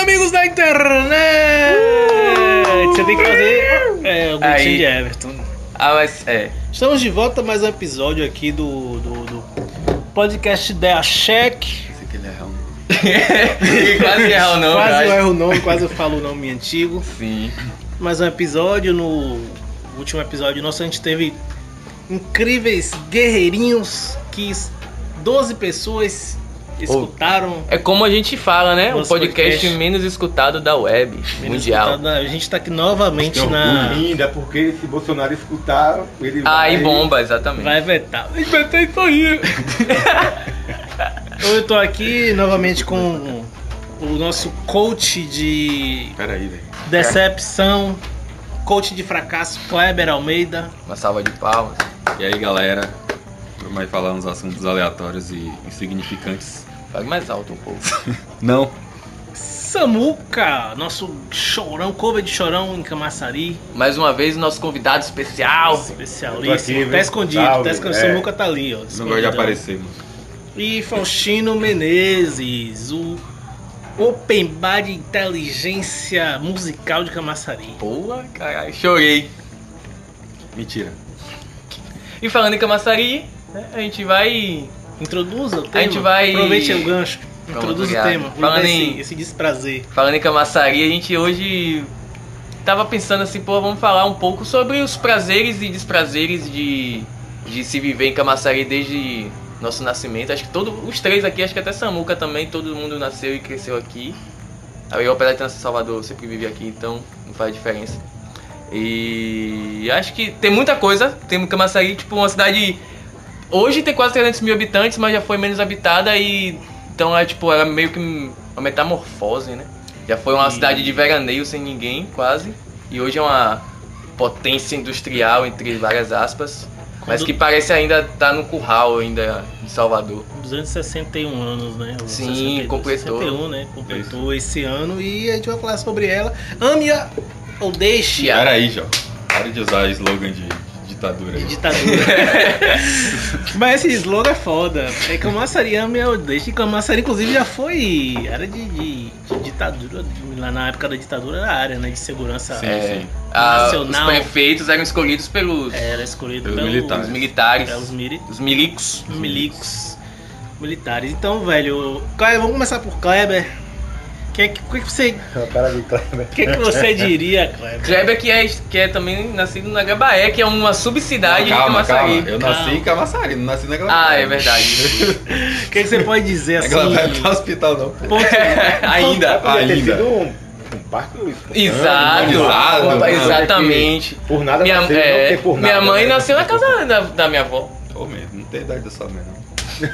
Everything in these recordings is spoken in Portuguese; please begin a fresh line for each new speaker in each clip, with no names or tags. Amigos da internet! Uh! Você tem que fazer é, o
Aí.
boletim de Everton.
Ah, mas é.
Estamos de volta a mais um episódio aqui do, do, do podcast Ideia Check.
Esse aqui ele errou. E quase errou não,
quase
eu
eu
acho.
erro o nome, quase eu falo o nome antigo.
Sim.
Mais um episódio, no último episódio nosso a gente teve incríveis guerreirinhos que 12 pessoas escutaram.
É como a gente fala, né?
Nosso
o podcast,
podcast.
menos escutado da web
Menos
mundial.
escutado. A gente tá aqui novamente
é um
Então,
na...
Linda, porque se Bolsonaro escutar, ele
Ah,
vai...
e bomba, exatamente.
Vai vetar. Inventei isso aí. Então Eu tô aqui novamente com o nosso coach de
Peraí, velho.
decepção, coach de fracasso, Kleber Almeida.
Uma salva de palmas.
E aí galera, vamos aí falar uns assuntos aleatórios e insignificantes.
Fale mais alto um pouco.
Não.
Samuca, nosso chorão, cover de chorão em Camaçari.
Mais uma vez, o nosso convidado especial.
Especialista.
Eu tô aqui, viu?
tá escondido,
Salve,
tá escondido.
é.
Samuca tá ali, ó.
Não gosto de
escondidão.
aparecer, mano.
E Faustino Menezes, o Open Bar de Inteligência Musical de Camaçari.
Boa, caralho. Chorei.
Mentira.
E falando em Camaçari, né, a gente vai.
Introduza o tema.
gente vai-
Aproveite o gancho.
Pronto,
Introduza
obrigado.
o tema.
Falando
Falando esse,
em-
esse desprazer.
Falando em Camaçari, a gente hoje tava pensando assim, pô, vamos falar um pouco sobre os prazeres e desprazeres de, de se viver em Camaçari desde nosso nascimento. Acho que todos os três aqui, acho que até Samuca também, todo mundo nasceu e cresceu aqui. Aí eu, apesar de ter nascido em Salvador, eu sempre vivi aqui, então não faz diferença. E acho que tem muita coisa. Tem Camaçari, tipo, uma cidade. Hoje tem quase 300 mil habitantes, mas já foi menos habitada e. Então é tipo, era meio que uma metamorfose, né? Já foi uma
E-
cidade de veraneio sem ninguém, quase. E hoje é uma potência industrial, entre várias aspas. Mas
Quando-
que parece ainda tá no curral ainda de Salvador.
261 anos, né? Ou 62,
Sim, completou.
61, né? Completou esse ano e a gente vai falar sobre ela. Ame-a ou deixe-a.
Pera aí, Jó. Para de usar slogan de ditadura.
de
aí.
ditadura. Mas esse slogan é foda. É que a maçaria meu deixa que a maçaria inclusive já foi área de, de- de ditadura. Lá na época da ditadura era área, né? De segurança.
Sim,
É.
sim.
Ah, os
Nacional.
prefeitos eram escolhidos pelos
Era escolhido
Pelos
pelos
militares.
os militares,
Pelos mili-
É. os milicos.
milicos militares. Então, velho, Kleber, vamos começar por Kleber. O que, que, que, você,
Cara do Kleber.
que, que você diria, Kleber?
Kleber que é, que é também nascido na Gabaé, que é uma subcidade
calma,
de Camaçari.
calma. Eu nasci em Camaçari, não nasci na Inglaterra.
Ah, é verdade.
O que, que você pode dizer
Na
assim?
Inglaterra não tá hospital, não. pô.
Ponto,
Ainda.
Podia ter
ainda.
sido um, um parque Luiz.
Exato.
Ah, Exato. Ah,
Opa,
Não,
Exatamente.
Por nada
Minha,
nasceu,
é,
não tem por nada.
minha mãe
né?
nasceu na casa da, da minha avó.
Ô, mesmo, não tem idade da sua mãe, não.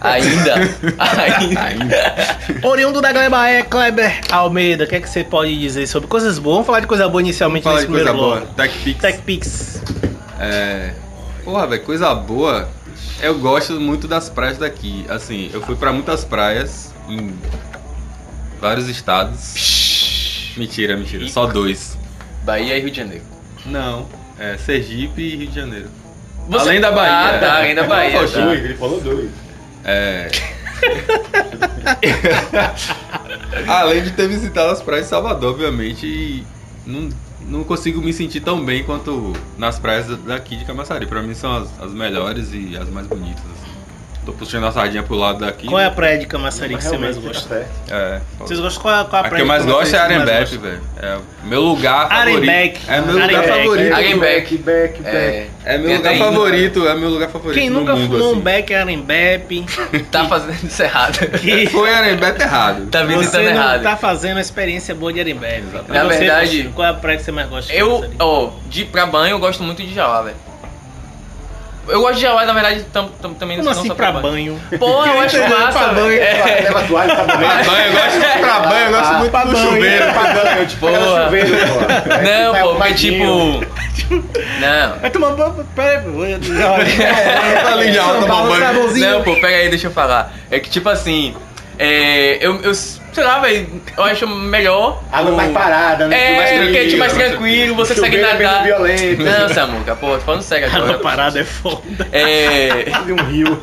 Ainda. Ainda.
Ainda.
Oriundo da Gleba é Kleber Almeida. O que, é que você pode dizer sobre coisas boas? Vamos falar de coisa boa inicialmente
Fala
nesse
de coisa
primeiro
boa.
bloco.
TechPix.
TechPix.
É. Porra, velho, coisa boa. Eu gosto muito das praias daqui. Assim, eu fui pra muitas praias em vários estados. Mentira, mentira. Só dois.
Bahia e Rio de Janeiro.
Não. É Sergipe e Rio de Janeiro.
Você-
Além da Bahia.
Ah, tá, além da
Não,
Bahia.
Faustino.
tá.
Dois, ele falou dois.
É. Além de ter visitado as praias de Salvador, obviamente, e não, não consigo me sentir tão bem quanto nas praias daqui de Camaçari. Pra mim são as, as melhores e as mais bonitas. assim. Tô puxando a sardinha pro lado daqui.
Qual é a praia de Camaçari que
Mas
você mais
realmente tá
gosta?
certo.
É.
Vocês gostam qual é qual é a
A que
praia? de
eu mais
Camaçari
gosto é
que vocês mais
Arembepe,
gostam?
velho. É o meu lugar favorito.
Arembepe.
É meu lugar
Arembepe.
favorito.
Alguém back.
Back, back.
É,
É meu
Tem
lugar
até
favorito. É meu lugar favorito.
né? Quem
no
nunca
mundo,
fumou um
assim.
beck é Arembepe.
tá fazendo isso errado.
Que
Foi Arembepe errado.
Tá visitando
você não
errado.
tá fazendo a experiência boa de Arembepe.
Exatamente.
E
Na
você,
verdade,
Faustino, qual é a praia que você mais gosta? de
Eu,
Camaçari?
ó, de pra banho eu gosto muito de Jauá, velho. Eu gosto de Jauá, na verdade, tam, tam, também
Como
não
assim
só
pra banho?
Pô, eu acho massa. velho. É.
Leva toalha pra
Pra
banho.
banho, eu gosto de ir pra banho, eu gosto
Tá
muito
pra
do
banho.
chuveiro.
Pra banho, tipo,
Boa.
era chuveiro, pô. Aí você sai
Não, pô, porque tipo.
arrumadinho.
Não.
Vai tomar banho? É, Pera aí. vou-
Tá ali já,
São
tomar
Paulo, é um
banho.
sabãozinho.
Não, pô, pega aí, deixa eu falar. É que tipo assim, É, eu, eu, sei lá, velho, eu acho melhor.
Água
o-
mais parada, né?
É,
tranquilo,
porque é tipo, mais
né?
tranquilo, você consegue
Chuveiro é menos
nadar.
violento.
Não, Samuca, pô, tô falando sério
Água
agora.
parada é foda.
É,
De um rio.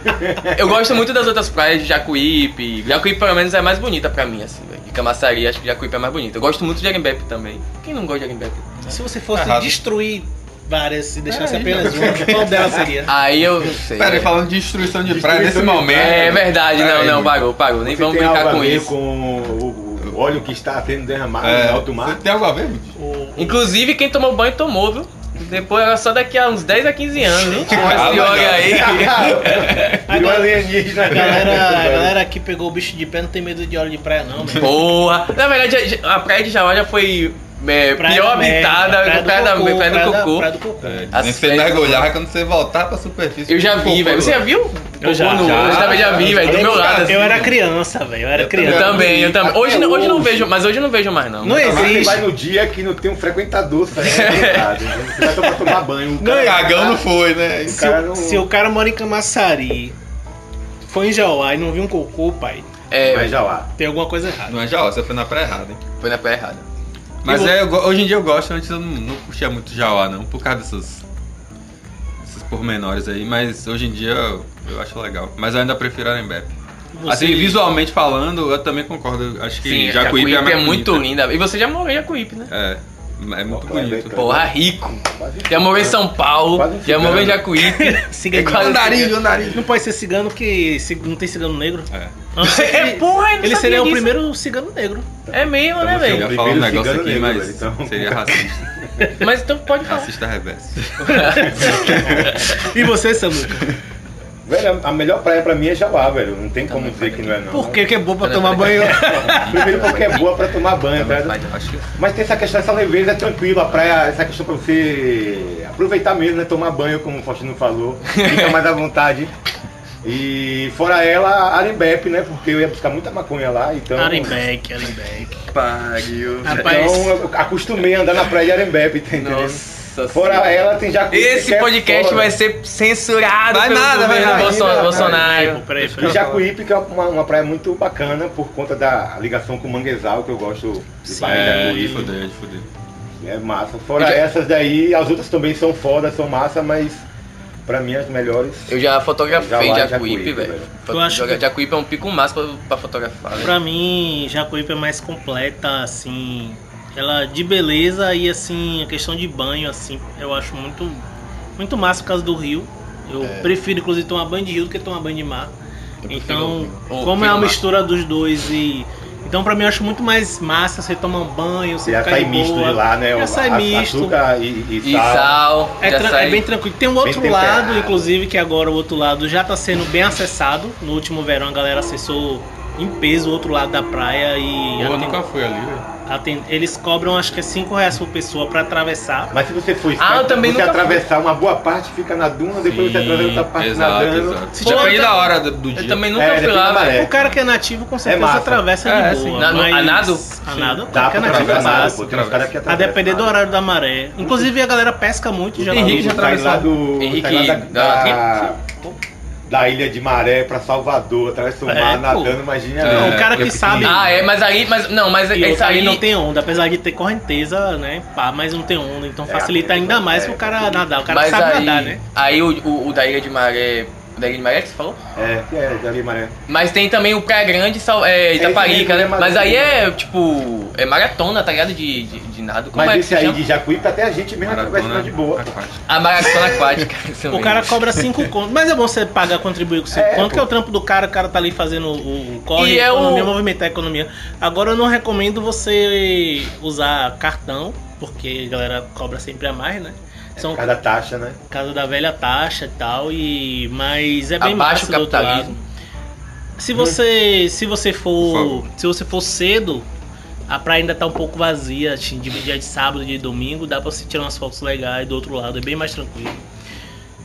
eu gosto muito das outras praias de Jacuípe. Jacuípe, pelo menos, é mais bonita pra mim, assim, velho. De Camaçari, acho que Jacuípe é mais bonita. Eu gosto muito de Arimbepe também. Quem não gosta de Arimbepe?
Se você fosse
Errado.
destruir várias e deixasse
Aí.
apenas uma, qual delas seria?
Aí eu não sei. né?
Pera aí, falando de destruição de praia nesse
Destruição de né?
momento.
É verdade, não,
Peraí.
não, parou, parou. Nem
Você
vamos
tem algo
brincar
a
com
ver
isso.
Com o, o óleo que está tendo derramado
É,
no alto mar.
Você tem algo a ver, Budi?
O-
Inclusive, quem tomou banho tomou, viu? Depois era só daqui a uns 10 a 15 anos, viu? Com
Ah,
esse óleo aí.
Tá Virou alienígena,
A galera, a galera que pegou o bicho de pé não tem medo de óleo de praia, não, velho.
Porra! Na verdade, a a praia de Jauá já foi é,
Praia
pior
da merda,
habitada, praia, da
Cocô,
praia, do
da-
Cocô.
praia do Cocô.
As
Nem você
férias-
mergulhar quando você voltar pra superfície.
Eu já
Pô,
vi,
pô,
velho. Você já viu? Cocô
já,
no
já,
olho, eu também já vi, velho. Do meu lado. assim.
Eu era criança, velho. Eu era
Eu
criança.
também, eu também. Hoje, não- hoje não
Até
vejo, mas hoje eu não vejo mais, não.
Não
Você vai
existe.
no dia que não tem um frequentador, sabe? Você vai tomar, tomar banho. o cara-
Cagão não foi, né?
O
Se
cara
o,
não-
se o cara mora em Camaçari, foi em Jauá e não viu um cocô, pai,
É,
Mas já lá.
tem alguma coisa errada.
Não é Jaó, você foi na praia errada, hein?
foi na praia errada.
Mas
Eu-
é, eu go- hoje em dia eu gosto, antes eu não, não curtia muito Jauá, não, por causa dessas. esses pormenores aí, mas hoje em dia eu, eu acho legal. Mas eu ainda prefiro Arembep.
Você-
Assim, visualmente falando, eu também concordo. eu Acho que
Sim,
Jacuípe,
Jacuípe é,
mais
muito
bonita.
linda. E você já morou em Jacuípe, né?
É, é muito
Pô, é
bonito.
bem-
Porra, rico.
Quase-
Já morou em São Paulo,
Quase um
já morou em Jacuípe.
cigano.
É quase-
Andarilho, andarilho.
Não pode ser cigano porque ci- não tem cigano negro.
É.
A não ser que
É,
ele-
porra, eu não
ele
sabia
seria o
disso.
primeiro cigano negro.
É mesmo, né,
Então,
Eu
velho?
ia
Primeiro
falar um negócio
cigano
aqui,
negro,
mas
velho, então.
seria racista.
Mas então pode falar.
Racista Tá. reverso.
E você, Samuca?
Velho, a melhor praia pra mim é Jauá, velho. Não tem como dizer que não é, não.
Por que que é bom pra
Não,
tomar
não,
banho?
Primeiro porque é boa pra tomar banho. praia do-
Acho que
Mas tem essa questão, essa leveza é tranquila, a praia, essa questão pra você aproveitar mesmo, né? Tomar banho, como o Faustino falou, fica mais à vontade. E fora ela, Arembepe, né? Porque eu ia buscar muita maconha lá, então.
Arimbeck, Arimbeck.
pariu.
Rapaz,
é,
Então eu acostumei a andar na praia de Arembepe, entendeu?
Nossa
Fora
senhora.
ela, tem é já
Esse podcast vai ser censurado
Vai
pelo
nada, vai
governo
nada.
Bolso-
Vai nada.
Bolsonaro.
peraí,
E
peraí.
Jacuípe, que é uma, uma praia muito bacana por conta da ligação com o manguezal, que eu gosto de
Sim.
praia
É,
de
de
Jacuípe.
fuder, de fuder.
É massa. Fora
Eu já-
essas daí, as outras também são foda, são massa, mas pra mim as melhores. é
Eu já fotografei
Já lá em
Jacuípe,
Jacuípe,
velho.
velho.
Foto-
Eu acho
joga-
que-
Jacuípe é um pico massa pra, pra fotografar. velho.
Pra mim, Jacuípe é mais completa, assim. Ela de beleza e assim, a questão de banho, assim, eu acho muito, muito massa por causa do rio. Eu prefiro, inclusive, tomar banho de rio do que tomar banho de mar.
Eu prefiro
Então,
o- o-
como é
prefiro
uma
o mar.
mistura dos dois e. Então, pra mim, eu acho muito mais massa você tomar um banho, você
Já
ficar
sai
de
misto
boa.
de lá, né?
Já
O-
sai
a-
misto.
Açúcar e, e
E
sal.
sal.
É,
já
tran-
sai-
é bem tranquilo. Tem um outro
temperado.
lado, inclusive, que agora o outro lado já tá sendo bem acessado. No último verão, a galera acessou em peso o outro lado da praia e
Eu
aten-
nunca fui ali, velho.
aten- eles cobram acho que é 5 reais por pessoa pra atravessar.
Mas se você for
Ah, eu
esperto,
também
você
nunca fui.
atravessar uma boa parte, fica na duna, depois você tá atravessa outra parte
Exato,
nadando.
exato. Se
Pô,
depende
tá-
da hora do, do dia.
Eu também nunca
É,
fui
depende
lá,
da maré.
velho.
O cara que é nativo com certeza
massa.
atravessa de
É,
boa.
sim.
Na- no-
mas...
a nado?
A nado? O
Dá
cara que
pra
é nativo é
atravessar nada,
massa.
pô. Tem uns caras que
A
atravessam.
depender do
nada.
horário da maré. Inclusive a galera pesca muito já.
Henrique
Henrique
já
já sai lá do.
Henrique
sai lá
da-
da, da, da ilha de Maré pra Salvador, atravessa o
É,
mar
pô.
nadando, imagina.
É,
Não, o
né?
cara que
porque-
sabe.
Ah, é, mas aí, mas não, mas
E
isso
outra,
aí
ali não tem onda, apesar de ter correnteza, né? Pá, mas não tem onda, então facilita
é,
ainda mais
é,
pro cara nadar. O cara
mas
sabe
aí,
nadar, né?
Aí o, o, o da Ilha de Maré, o da Ilha de Maré que você falou?
É, é, da ilha de Maré.
Mas tem também o Praia Grande Sal- é,
esse
Itaparica,
mesmo,
né?
é mais-
Mas aí é tipo. É maratona, tá ligado? De, de, de nado. Como
Mas
é
esse
que se
aí
chama?
de Jacuípe até a gente mesmo atravessa
né?
de boa. pô.
aquática.
A maratona aquática. isso
O
mesmo.
cara cobra 5 contos. Mas é bom você pagar, contribuir com 5
É,
contos, que
pô.
é o trampo do cara, o cara tá ali fazendo o, o corre,
E é o-
economia, movimentar a economia. Agora eu não recomendo você usar cartão, porque a galera cobra sempre a mais, né? São
Então-
Por causa da taxa, né?
casa da velha taxa e tal, e mas é bem baixo
Abaixa o
do outro lado.
capitalismo. Uhum.
Se você, se você
Por
for,
favor.
se você for cedo, a praia ainda tá um pouco vazia, assim, de dia de sábado, dia de domingo, dá pra você tirar umas fotos legais do outro lado, é bem mais tranquilo.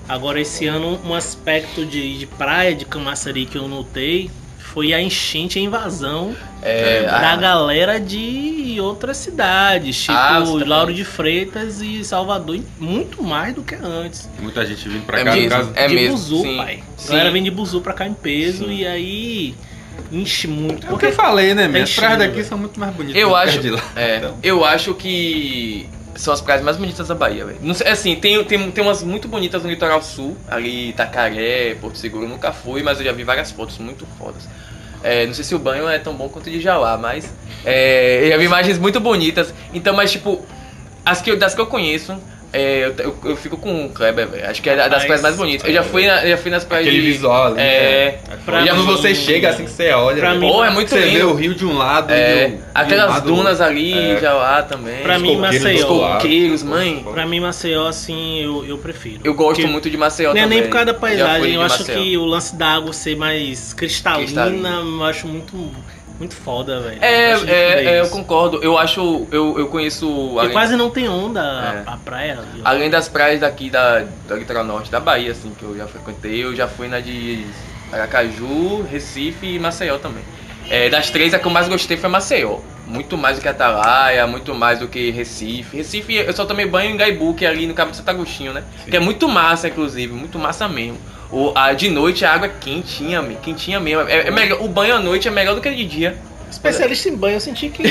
Agora esse ano um aspecto de, de praia de Camaçari que eu notei foi a enchente, a invasão
É,
da
a-
galera de outras cidades, tipo
Ah, você tá
Lauro de Freitas e Salvador, muito mais do que antes.
Muita gente vindo pra
É
cá, no
mesmo.
caso.
É
de
mesmo,
Buzu,
sim.
pai. A
Sim.
galera vem de Buzu pra cá em peso
Sim.
e aí Enche muito.
É o que
Porque
eu falei, né? Minhas
enchido,
praias daqui
velho.
são muito mais bonitas né,
Eu
que as
acho,
de lá.
é,
Então,
eu acho que são as praias mais bonitas da Bahia, velho. Não sei, Assim, tem, tem, tem umas muito bonitas no litoral sul, ali Itacaré, Porto Seguro, eu nunca fui, mas eu já vi várias fotos muito fodas. É, não sei se o banho é tão bom quanto o de Jalá, mas é, eu já vi imagens muito bonitas. Então, mas tipo, as que, eu- das que eu conheço, é, eu, eu- eu fico com o Kleber, velho. Acho que é das
Mas-
praias mais bonitas. Eu já fui, na- eu já fui nas praias
Aquele
de...
visual ali.
É,
né?
pra
e quando
mim-
você chega, assim que você olha,
pra
né?
mim-
Pô, é muito
você vê
lindo.
o rio de um lado
É,
e o- e o
aquelas
lado do outro.
dunas ali,
É.
Jalá também.
Pra
Os
mim,
coqueiros do
Maceió.
outro lado. É
Coqueiros, mãe.
Pra mim, Maceió, assim, eu, eu prefiro.
Eu gosto
Porque-
muito de Maceió
Não é
também.
nem por causa da
Já
paisagem,
fui
eu
de
acho
Maceió.
que o lance da água ser mais cristalina,
Cristalina.
eu acho muito, muito foda, velho.
É,
Eu acho muito
é,
bem
é, eu
isso.
concordo. Eu acho. Eu, eu conheço.
E
Além,
quase não tem onda a-
É.
a praia. ali, ó.
além das praias daqui da, da Litoral Norte, da Bahia, assim, que eu já frequentei, eu já fui na de Aracaju, Recife e Maceió também. É, das três, a que eu mais gostei foi Maceió. Muito mais do que Atalaia, muito mais do que Recife. Recife, eu só tomei banho em Gaibu, que é ali no Cabo de Santo Agostinho, né? Que é muito massa, inclusive, muito massa mesmo. O, a, de noite a água é quentinha, me- quentinha mesmo. É, é melhor, o banho à noite é melhor do que de dia.
Especialista em banho, eu senti que.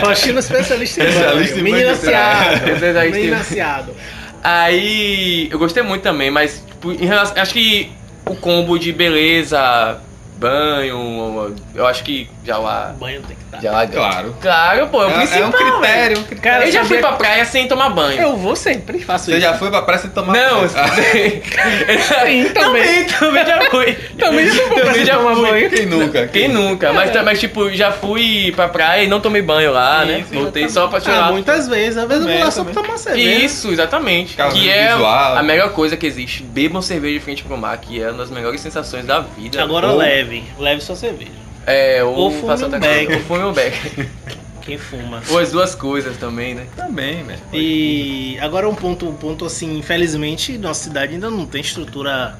Faxina especialista em
Especialista
banho.
em banho
Menino
de praia.
aciado.
Especialista em-
Menino aciado.
é Aí eu gostei muito também, mas tipo, em relação, acho que o combo de beleza, banho, eu acho que já lá.
Banho tem que estar.
Já lá
Claro.
Claro, pô, é o
É, é um
principal. velho.
critério, um critério.
Cara,
eu já fui
sabia-
pra praia sem tomar banho.
Eu vou sempre, faço
Você
isso.
já foi pra praia sem tomar
Não,
banho? Ah.
Sim, também.
também, também já fui.
Também já fui pra
Também
praia
já
sem tomar
fui.
banho.
é Quem nunca?
Quem nunca? Mas, mas tipo, já fui pra praia e não tomei banho lá,
Sim,
né?
sim.
Voltei só pra tirar.
Ah, muitas vezes. Às vezes eu vou
Também,
lá só pra
também.
tomar cerveja.
Isso, exatamente.
Ficava
que
vendo
é
visual.
a melhor coisa que existe. Bebam cerveja de frente pro mar, que é uma das melhores sensações da vida.
Agora
Ou-
leve. Leve sua cerveja.
É,
Ou
ou
fume
faça
um
outra
beck.
coisa. Ou fume um beck.
Quem fuma.
Ou as duas coisas também, né?
Também, né?
E agora um ponto, um ponto assim, infelizmente, nossa cidade ainda não tem estrutura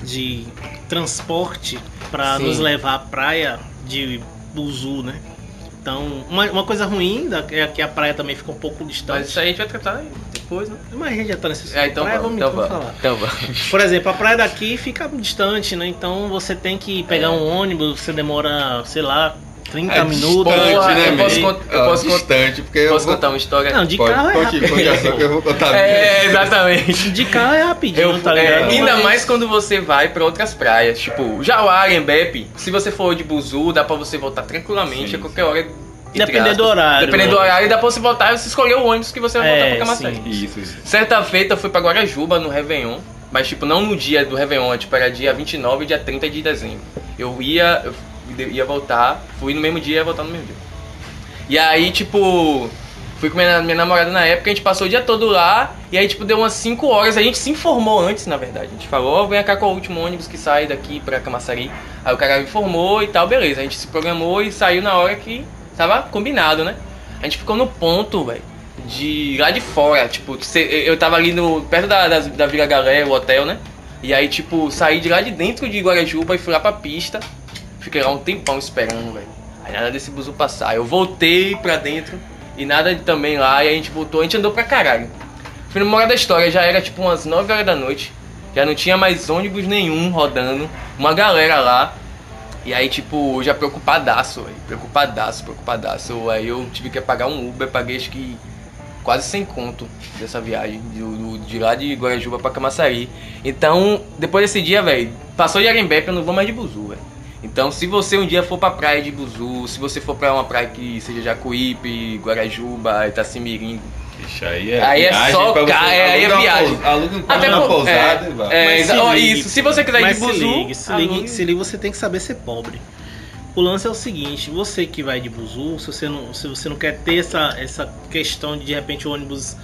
de transporte para
Sim.
nos levar à praia de Buzu, né? Então, uma, uma coisa ruim da- é que a praia também fica um pouco
Mas isso
distante.
aí a gente vai tratar depois, né?
Mas a gente já tá nesse assunto.
É, então
praia,
vamos,
vamos,
então
vamos
vamos.
falar.
Então vamos.
Por exemplo, a praia daqui fica distante, né? Então você tem que
É.
pegar um ônibus, você demora, sei lá, 30 minutos.
distante, Porra,
É né,
tá eu posso
amigo?
cont- eu
Ah,
posso cont-
distante, porque eu
Posso
vou-
contar uma história?
Não, de
Pode-
carro é
pode-
rápido.
pode achar que eu vou contar a minha.
É, exatamente.
De carro é rapidinho,
Eu,
tá
é,
ligado?
ainda
Mas-
mais quando você vai pra outras praias, tipo Jauá, Embepe. Se você for de Buzu, dá pra você voltar tranquilamente
Sim,
a qualquer hora. entre
Dependendo do
aspas.
horário. né?
Dependendo do horário, dá pra você voltar e você escolher o ônibus que você vai voltar
É,
pra Camaçari.
sim.
Isso, isso.
Certa-feita eu fui pra Guarajuba no Réveillon, mas tipo, não no dia do Réveillon, tipo, era dia 29 e dia 30 de dezembro. Eu ia, eu de- ia voltar, fui no mesmo dia e ia voltar no mesmo dia. E aí, tipo, fui com minha, minha namorada na época, a gente passou o dia todo lá, e aí, tipo, deu umas 5 horas, a gente se informou antes, na verdade. A gente falou, ó, vem cá qual é o último ônibus que sai daqui pra Camaçari. Aí o cara informou e tal, beleza. A gente se programou e saiu na hora que tava combinado, né? A gente ficou no ponto, velho, de lá de fora. Tipo, cê- eu tava ali no, perto da, da, da Vila Galé, o hotel, né? E aí, tipo, saí de lá de dentro de Guarajuba e fui lá pra pista. Fiquei lá um tempão esperando, velho. Aí nada desse buzu passar. Eu voltei pra dentro e nada de também lá. E aí a gente voltou, a gente andou pra caralho. Fui no moral da história, já era tipo umas 9 horas da noite. Já não tinha mais ônibus nenhum rodando. Uma galera lá. E aí, tipo, eu já preocupadaço, velho. Preocupadaço, preocupadaço. Aí eu tive que pagar um Uber, paguei acho que quase sem conto dessa viagem, do, do- de lá de Guarajuba pra Camaçari. Então, depois desse dia, velho, passou de Arembepe, eu não vou mais de Buzu, velho. Então, se você um dia for pra praia de Buzu, se você for pra uma praia que seja Jacuípe, Guarajuba, Itacimirim,
Ixi, aí é
Aí é
viagem
só
pra você-
ca- é, aí é
aluga uma
viagem.
pous- Aluga um
Até
carro na
por-
pousada e vai.
É,
Mas
exa- ó,
ligue,
isso. Se você quiser ir
mas
de
se
buzu, ah,
ligue, se ligue,
alugue.
se ligue, você tem que saber ser pobre. O lance é o seguinte, você que vai de buzu, se você não, se você não quer ter essa, essa questão de de repente o ônibus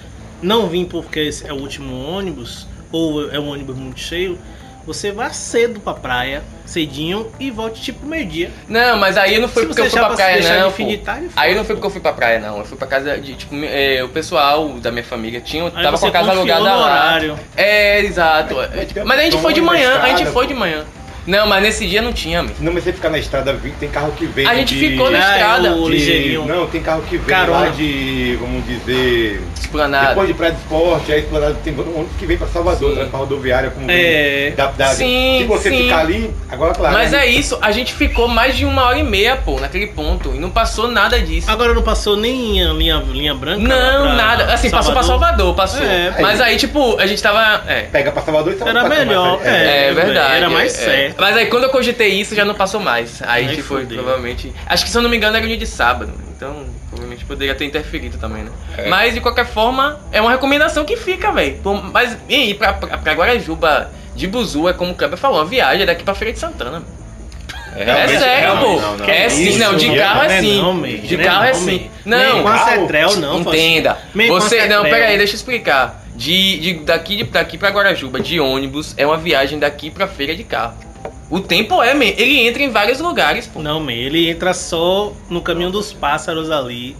não vir porque esse é o último ônibus, ou é um ônibus muito cheio, você vá cedo pra praia, cedinho, e volte tipo meio-dia.
Não, mas aí não foi
Se
porque
você
eu fui pra
achar pra
praia,
deixar
não.
de
pô.
fim de tarde,
Aí
foda,
não foi
pô.
porque eu fui pra praia, não. Eu fui pra casa de, tipo, me- é, o pessoal da minha família tinha,
Aí
tava com a
você
casa
confiou
alugada
no
lá.
horário.
É, exato.
Mas- mas tem
Mas a gente
como
foi de
ir na
manhã, a gente
escada,
foi
pô.
de manhã. Não, mas nesse dia não tinha, amigo.
Não, mas você ficar na estrada, vi- tem carro que vem.
A gente
de-
ficou né? na
de-
Ah,
estrada.
é o ligeirinho.
Não, tem carro que vem
Carona.
lá de, vamos dizer,
Esplanada.
depois de Praia do Esporte, aí Esplanada tem ônibus que vem pra Salvador,
Sim.
né, pra rodoviária, como
É.
vem da, da-
Sim,
Se você
sim.
ficar ali, agora claro.
Mas
né?
é isso, a gente ficou mais de uma hora e meia, pô, naquele ponto. E não passou nada disso.
Agora não passou nem a linha, linha branca? lá
Não,
pra
nada. Assim, passou pra Salvador, passou.
É,
pô.
mas aí, tipo, a gente tava. É.
Pega pra Salvador e Salvador
Era
pra
melhor,
Camaçari.
é.
É,
tudo bem.
verdade.
Era mais
é.
certo.
Mas aí quando eu cogitei isso já não passou mais. Aí,
Aí
tipo,
fudeu.
provavelmente. Acho que se eu não me engano era um dia de sábado. Então, provavelmente poderia ter interferido também, né?
É.
Mas de qualquer forma, é uma recomendação que fica, velho. Por- Mas e ir pra, pra, pra Guarajuba de Buzu é como o Kleber falou, uma viagem é daqui pra Feira de Santana.
É,
É
realmente-
sério,
realmente.
pô.
não, não.
É sim,
Isso,
não, de
não
carro é
é
sim.
não, man.
De
Não é
carro é
não,
sim.
man. Nem
Não,
com a
carro-
Cetrel, É não. Fausto.
Entenda.
Nem
Você.
consegue,
Não,
né?
pera aí, deixa eu explicar. De, de, daqui, de, daqui pra Guarajuba, de ônibus, é uma viagem daqui pra feira de carro. O tempo é, man, ele entra em vários lugares, pô.
Não, man, ele entra só no caminho dos pássaros ali.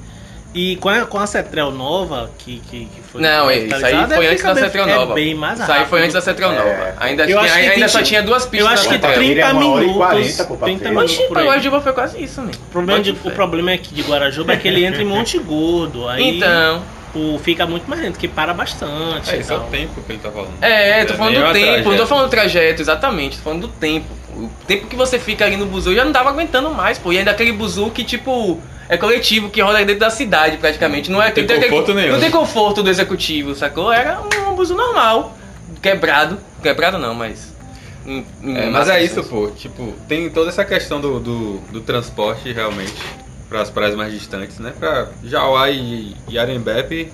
E com a, com a Cetrel nova, que, que, que foi.
Não, é, isso aí
capitalizada,
foi
fica
antes da
bem-
Cetrel
é
nova.
bem mais
Isso aí foi
rápido.
antes da Central Nova.
É.
Ainda,
Eu
tinha-
acho que
ainda
tem-
só tinha duas pistas.
Eu acho
na
que
Central.
Guarapari é
30
uma hora e
minutos.
40, pô, pra
30
frente.
minutos
Oxi,
por
pra
aí.
Guarajuba foi quase isso, né? man.
O problema, de,
Bota
o
fé.
problema é que de Guarajuba é que ele entra em Monte Gordo. Aí
Então.
o, fica muito mais lento, que para bastante.
É,
e
isso é
tal.
o tempo que ele tá falando.
É, tô falando
nem
do
o
tempo, não tô
trajeto.
falando do trajeto, exatamente, tô falando do tempo. O tempo que você fica ali no buzu eu já não tava aguentando mais, pô. E ainda aquele buzu que, tipo, é coletivo, que roda dentro da cidade praticamente. Não é
tem
não aquele-
conforto nenhum.
Não tem conforto do executivo, sacou? Era um, buzu normal, quebrado. Quebrado não, mas. em- em assim.
É, mas é
manutenção.
isso, pô. Tipo, tem toda essa questão do, do, do transporte realmente para as praias mais distantes, né? Pra Jauá e, e Arembepe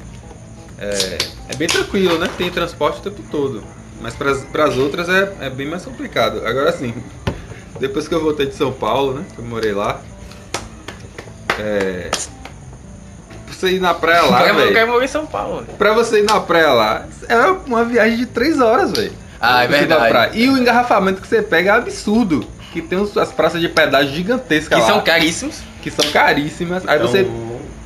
é, é bem tranquilo, né? Tem transporte o tempo todo. Mas para as outras é, é bem mais complicado. Agora sim, depois que eu voltei de São Paulo, né? Que eu morei lá. É. pra Você ir na praia
Eu
É lá,
quero, eu
velho.
quero morar em São Paulo. né? velho.
Pra você ir na praia lá, é uma viagem de 3 horas, velho.
Ah, é
Você vai pra-
verdade.
E o engarrafamento que você pega é absurdo. Que tem uns- as praças de pedágio gigantescas
Que
é lá,
são caríssimos.
que são caríssimas. Aí
Então,
você.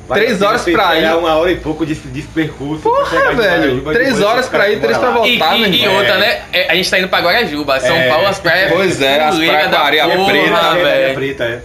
vai
três
ter
horas
que
pra
pegar
ir.
uma hora e pouco de, de percurso.
Porra, velho. Três horas pra ir, três pra voltar,
E,
meu
e- e
irmão.
outra, né? É, a gente tá indo pra Guarajuba. São
É.
Paulo, as praias.
Pois é, as
fuleira
praias
da
com areia
porra,
preta, né?
Preta,
velho.
velho. Preta, é.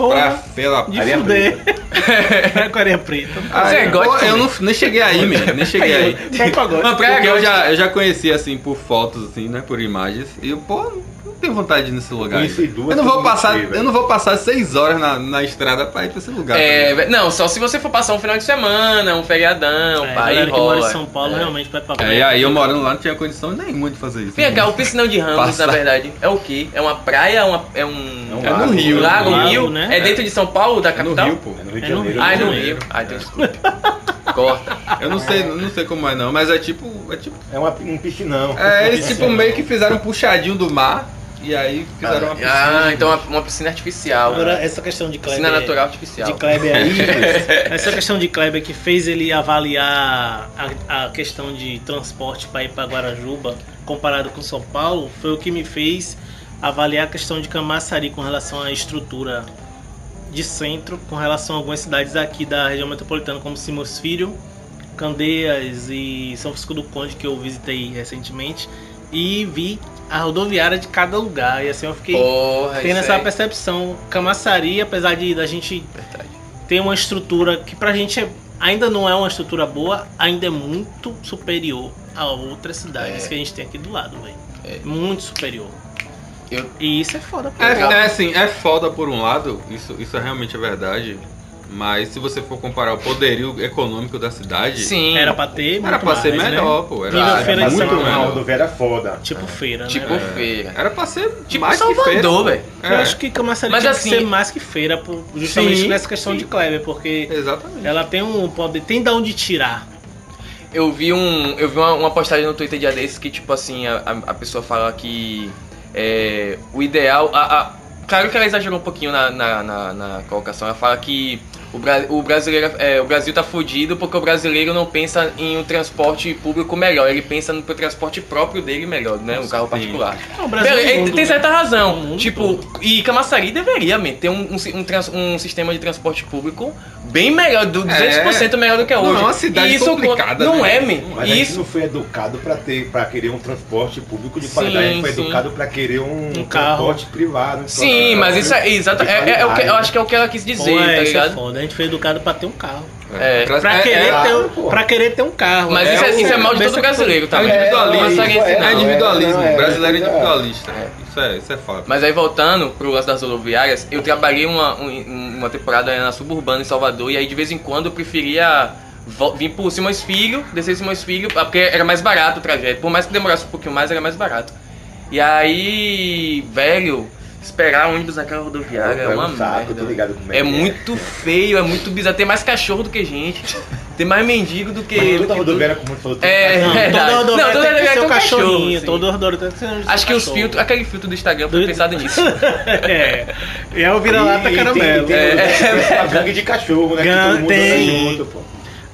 Pra
Porra,
fela.
de
Areia
fuder. Praia com areia preta.
Aí,
Você é gótico,
pô, eu não, nem cheguei aí, meu. Nem cheguei aí.
Praia com agora.
Uma praia
Porque eu
gótica.
já, eu já conheci assim por fotos, assim, né? Por imagens. E eu, pô, não tenho vontade de ir nesse lugar.
Conheci
ainda.
duas
eu não vou
que
passar,
eu não fui,
eu não vou passar seis horas na, na estrada pra ir pra esse lugar. tá
É, vé- não, só se você for passar um final de semana, um feriadão,
É, a
pai,
galera que mora em São
rola. É.
Paulo realmente vai pra
tá ligado?
praia.
E aí eu morando lá não tinha condição nenhuma de fazer isso. né?
Vem cá, o piscinão de Ramos,
Passar.
na verdade, é o quê? É uma praia, é uma- é um...
É um
É no Rio,
um lago,
né?
um
Lago,
rio?
né?
É dentro de São Paulo, da
É no
capital?
Rio, pô.
É no Rio
É
de
no
Janeiro.
Rio.
Ah, é
né?
no
É.
Rio. Ah, então desculpa. Corta.
Eu não sei, não sei como é não, mas é tipo, é tipo,
É uma- um piscinão.
é, eles tipo meio que fizeram um puxadinho do mar e aí fizeram uma piscina.
Ah, então é uma, uma piscina artificial. né?
Agora, essa questão de
piscina
Kleber. é-
natural É.
De
artificial.
Kleber é
É
aí. essa questão de Kleber que fez ele avaliar a, a questão de transporte para ir para Guarajuba comparado com São Paulo foi o que me fez avaliar a questão de Camaçari com relação à estrutura de centro, com relação a algumas cidades aqui da região metropolitana, como Simões Filho, Candeias e São Francisco do Conde, que eu visitei recentemente, e vi a rodoviária de cada lugar. E assim eu fiquei
Porra,
tendo
isso é
essa
aí.
percepção. Camaçari, apesar de da gente
Verdade.
tem uma estrutura que pra gente é- ainda não é uma estrutura boa, ainda é muito superior a outras cidades
É.
que a gente tem aqui do lado, velho.
É.
Muito superior.
Eu-
E isso é foda, pô.
É, é assim, é foda por um lado, isso, isso é realmente é verdade, mas se você for comparar o poderio econômico da cidade,
Sim.
Era pra ter,
era
muito
pra ser
mais, né? é
melhor, pô,
Nível
era,
Ah,
feira
era
de
muito
São
Uma
Paulo.
melhor.
rodoviária é foda.
Tipo feira,
Tipo
né?
feira.
Era pra ser
Tipo
mais que feira.
Salvador, velho.
Eu
É,
acho que Camaçari
Mas
tinha
assim-
que ser mais que feira, por- justamente
Sim,
nessa questão de Kleber, porque
exatamente.
ela tem um poder, tem da onde tirar.
Eu vi um. Eu vi uma, uma postagem no Twitter dia desses que, tipo assim, a, a- a pessoa fala que é, o ideal. A, a- claro que ela exagerou um pouquinho na, na, na- na colocação, ela fala que O, Bra- o brasileiro, é, o Brasil tá fudido porque o brasileiro não pensa em um transporte público melhor, ele pensa no transporte próprio dele melhor, né? Um carro particular.
Não, o Brasil
Pelo-
é
ele
mundo,
tem
né?
certa razão.
No mundo
tipo, e Camaçari deveria mesmo, ter um, um si- um trans- um sistema de transporte público bem melhor, do 200% melhor do que é
Não,
hoje.
é uma cidade
E isso co-
complicada,
Não
né?
é, me.
Mas a gente
Isso.
não foi educado para ter, para querer um transporte público de
Sim,
qualidade. A gente foi
sim.
educado para querer um,
Um carro.
transporte privado. um
Sim,
transporte
mas isso é,
público
exato,
de
é, é o que, eu
qualidade.
acho que é o que ela quis dizer,
Pô, é,
tá
isso é
ligado?
foda. A gente foi educado pra ter um carro.
É.
Pra,
é-
querer,
é-
ter, um-
claro, pô.
pra querer ter um carro.
Mas
né?
isso, é,
o-
isso é mal de
pensa
todo
que-
brasileiro, tá?
É individualismo.
Camaçari ensina.
É
Não,
individualismo.
é, não, é,
brasileiro é
é.
individualista. Isso é, isso é fato.
Mas aí voltando pro lance das rodoviárias, eu trabalhei uma, um- uma temporada na suburbana em Salvador e aí de vez em quando eu preferia vo- vir por Simões Filho, descer Simões Filho, ah, porque era mais barato o trajeto. Por mais que demorasse um pouquinho mais, era mais barato. E aí, velho, esperar ônibus naquela rodoviária é
É um
uma
saco, tô
merda.
ligado como
É
que
muito feio, é muito bizarro. Tem mais cachorro do que gente, tem mais mendigo do que.
Mas
do
toda
que
rodoviária, como você falou, tem
É,
um
Não,
cachorro.
verdade.
toda
Não,
rodoviária tem
toda
que
rodoviária
ter
tem um
seu
cachorro,
cachorrinho.
sim.
Toda rodoviária tem que ter seu
é
Acho que os
cachorro.
filtros, aquele filtro do Instagram foi
Do-
pensado nisso.
É. É o vira-lata
E tem-
caramelo.
Tem,
É.
tem a gangue de cachorro, né?
Gan-
que todo mundo
tem.
anda junto, pô.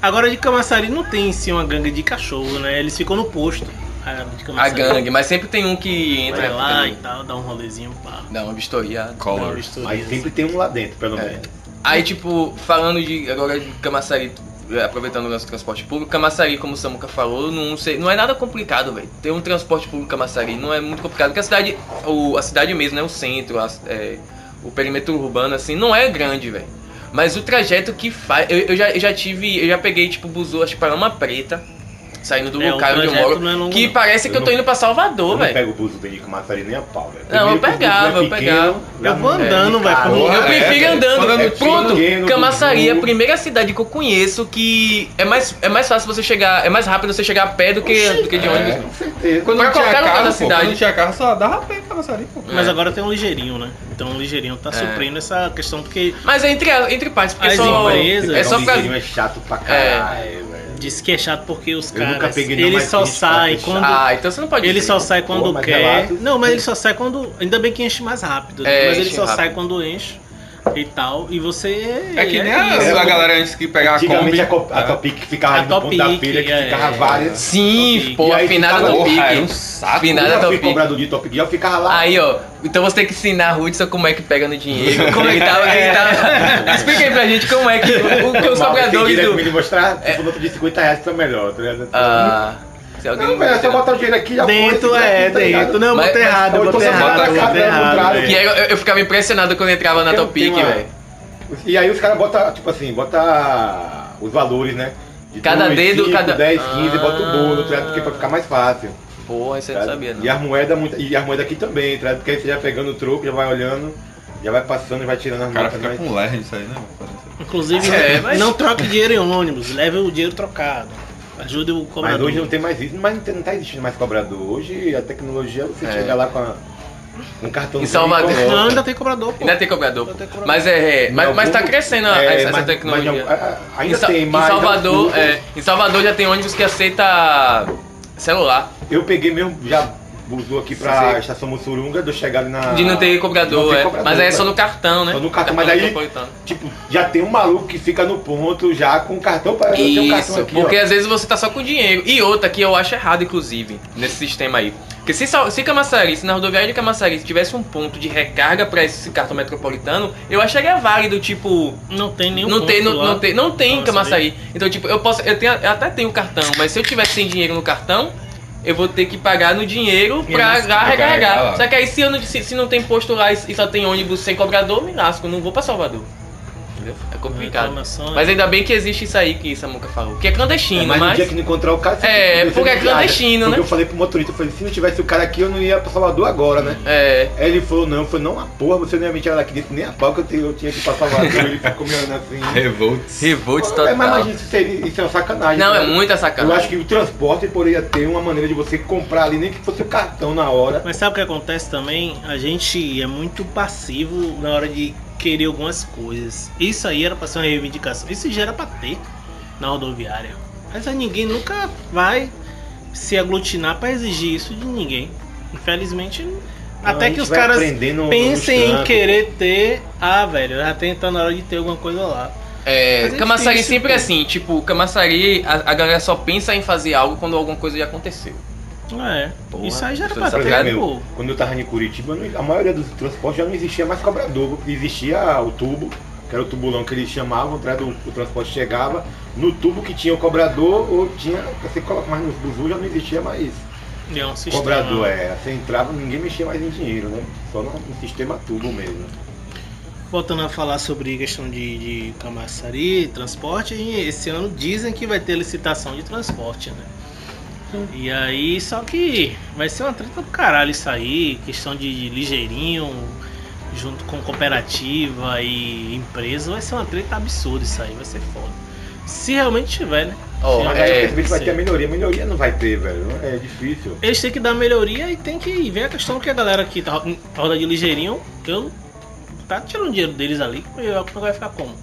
Agora de Camaçari não tem em si uma gangue de cachorro, né? Eles ficam no posto. A, de
A
Camaçari.
gangue, mas sempre tem um que entra
Vai lá
também.
e tal, dá um rolezinho, pá.
Dá uma vistoria.
Dá uma assim.
Collor.
vistoria.
Mas sempre tem um lá dentro,
É.
pelo menos.
Aí, tipo, falando de agora de Camaçari, eh, aproveitando o nosso transporte público, Camaçari, como o Samuca falou, não, sei, não é nada complicado, velho. Ter um transporte público em Camaçari não é muito complicado, porque a cidade, o, a cidade mesmo, né, o centro, a- eh, o perímetro urbano, assim, não é grande, velho. Mas o trajeto que faz. Eu, eu já, eu já tive. Eu já peguei, tipo, busou, acho que para Lama Preta, saindo do
É, o
local onde eu
trajeto
moro.
não é longo,
que
não.
parece que eu tô indo pra
Eu
Salvador,
não
velho.
pego o buzo do Nico Massari nem a pau, velho.
Não, eu
Primeiro que o buzo
pegava,
é
eu pegava.
lá
Eu vou
no-
andando, velho.
carro.
Porra,
Eu
é,
prefiro
velho.
andando.
Quando eu
Pronto,
né? cheguei no
Camaçari é a
Gugu-
primeira cidade que eu conheço que é mais, é mais fácil você chegar, é mais rápido você chegar a pé do que, do
É.
que de ônibus.
Com certeza.
Quando
Pra
não tinha
qualquer lugar da
carro, pô,
cidade.
quando não tinha carro, só dava pé camaçari, pô.
Mas
É.
agora tem um ligeirinho, né? Então o ligeirinho tá suprindo essa questão, porque
Mas é entre, a- entre partes, porque
As
só.
empresas-
É só
um
pra.
ligeirinho é chato pra caralho, velho.
disse que é chato porque os
Eu nunca
caras.
peguei nenhuma
Eles só
skate pra
saem
fechar.
quando.
Ah, então você não pode.
Ele
dizer.
só sai quando
Pô, mas
quer.
relatos-
Não, mas ele só sai quando. Ainda bem que enche mais rápido. né?
É,
mas ele
enche
só sai
rápido.
quando enche e tal. E você.
É que nem
isso.
a, a galera antes que pegar a Kombi. Ah,
Antigamente a, co- a
É.
Topic ficava
A
ali no ponto da
Topic,
feira, que
é,
ficava
é.
várias.
Sim,
Topic.
pô,
E aí tá
afinada
fica-
do
Porra, era um
pique.
saco.
Afinada
é eu já fui
é Topic.
cobrador de Topic, eu ficava lá.
Aí, ó. Então você tem que ensinar a Hudson como é que pega no dinheiro. Como é que tava.
É.
ele tava- Explica aí pra gente como é que. O que os
Mal, quem
cobradores
quiser
do. É.
me mostrar, se for outro de 50 reais, tá melhor, tá ligado?
Ah. Se alguém
não, velho, é só botar o dinheiro aqui já foi,
Dentro
esse
é,
daqui, tá ligado?
dentro. Não, eu
Mas-
botei
mas-
errado,
ou
eu botei
então
bota
errado, eu
a
botei
cadeira ao
errado.
contrário,
é.
E aí eu, eu ficava impressionado quando eu entrava na
Porque não
Topic,
tem uma-
velho.
E aí os caras botam, tipo assim, bota os valores, né? De
Cada
dois,
dedo,
cinco,
cada-
10, 15, bota o bolo, tá ligado? Porque
Ah.
pra ficar mais fácil.
Porra, isso eu
tá
não
ligado?
sabia, não.
E as moedas, muito- e as moedas aqui também, tá ligado? Porque aí você já pegando o troco, já vai olhando, já vai passando e vai tirando as
O cara
moedas.
fica com lerre isso aí, né?
Inclusive,
É, mas-
não troque dinheiro em ônibus, leve o dinheiro trocado. Ajude o
Mas
cobrador.
hoje não tem mais isso, mas não, tem- não tá existindo mais cobrador. Hoje a tecnologia, você
É.
chega lá com a- um cartão
Em Salvador.
Não, ainda tem cobrador, pô.
Ainda tem cobrador.
Ainda tem cobrador.
Mas é, é, mas, mas tá crescendo
é,
a- essa, essa tecnologia.
ainda
em, Sa-
tem
em
mais. um
Salvador,
alguns.
é, em Salvador já tem ônibus que aceita celular.
Eu peguei mesmo, já busou aqui
Sim,
pra
sim.
estação Mussurunga, de eu chegar ali na.
de não ter
Ah, não
cobrador,
ter
é.
cobrador,
mas aí é só
velho.
no cartão, né?
Só no cartão, mas aí-
metropolitano.
Tipo, já tem um maluco que fica no ponto já com o cartão para ter um cartão
Isso,
aqui.
porque
ó.
às vezes você tá só com dinheiro. E outra que eu acho errado, inclusive, nesse sistema aí. Porque se, Sa- se Camaçari, se na rodoviária de Camaçari tivesse um ponto de recarga pra esse cartão metropolitano, eu acharia válido, tipo,
Não tem nenhum
não tem,
ponto
não,
lá.
não tem, não tem em
Nossa,
Camaçari. Então, tipo, eu posso. Eu, tenho, eu até tenho um cartão, mas se eu tiver sem dinheiro no cartão, eu vou ter que pagar no dinheiro
Me
pra
lasco.
lá
Pra carregar lá.
recarregar. Só que aí se, eu não, se, se não tem posto lá e, e só tem ônibus sem cobrador, eu me lasco, eu não vou pra Salvador. Entendeu? É complicado.
Reclamação,
Mas ainda bem que existe isso aí que Samuca falou. Que é
É,
clandestino,
mas no
mas.
dia que não encontrar o cara, você
É,
fica com
porque é
certeza de
clandestino,
nada.
né?
Porque eu falei pro motorista, eu falei, se não tivesse o cara aqui, eu não ia pra Salvador agora, né?
É.
Aí ele falou, não, eu falei, não, a porra, você não ia me tirar daqui desse nem a pau que eu, te- eu tinha que ir pra Salvador. ele ficou me olhando assim.
Revolts.
Revolt
É, mas
total.
imagina isso, seria, isso é uma sacanagem.
Não,
né?
é muita
Eu acho
sacanagem.
que o transporte poderia ter uma maneira de você comprar ali, nem que fosse o cartão na hora.
Mas sabe o que acontece também? A gente é muito passivo na hora de querer algumas coisas. Isso aí era pra ser uma reivindicação. Isso já era pra ter na rodoviária. Mas aí ninguém nunca vai se aglutinar pra exigir isso de ninguém. Infelizmente, até
A
que
gente
os
vai um
caras
aprendendo no-
pensem
nos
em
trancos.
querer ter. Ah, velho, já tem tá na hora de ter alguma coisa lá.
É,
Mas é
Camaçari
difícil,
sempre
pô.
assim, tipo, Camaçari, a, a galera só pensa em fazer algo quando alguma coisa já aconteceu.
É.
Porra,
isso aí já era
tô
pra
Por
ter,
exemplo,
pô.
meu, quando eu tava em Curitiba, não- a maioria dos transportes já não existia mais cobrador, porque existia o tubo, que era o tubulão que eles chamavam, atrás do o transporte chegava, no tubo que tinha o cobrador, ou tinha, você coloca mais nos buzu, já não existia mais
E É um sistema.
cobrador, é, você entrava, ninguém mexia mais em dinheiro, né? Só no, no sistema tubo mesmo.
Voltando a falar sobre questão de, de Camaçari, transporte, e esse ano dizem que vai ter licitação de transporte, né? E aí, só que vai ser uma treta do caralho isso aí, questão de ligeirinho, junto com cooperativa e empresa, vai ser uma treta absurda isso aí, vai ser foda. Se realmente tiver, né?
Ó,
Sim,
Mas aí eu
é,
percebi que vai
sim.
ter a melhoria, melhoria não vai ter, velho, é difícil.
Eles têm que dar melhoria e tem que ver a questão que a galera que tá ro- roda de ligeirinho, que eu tá tirando dinheiro deles ali, e vai ficar como?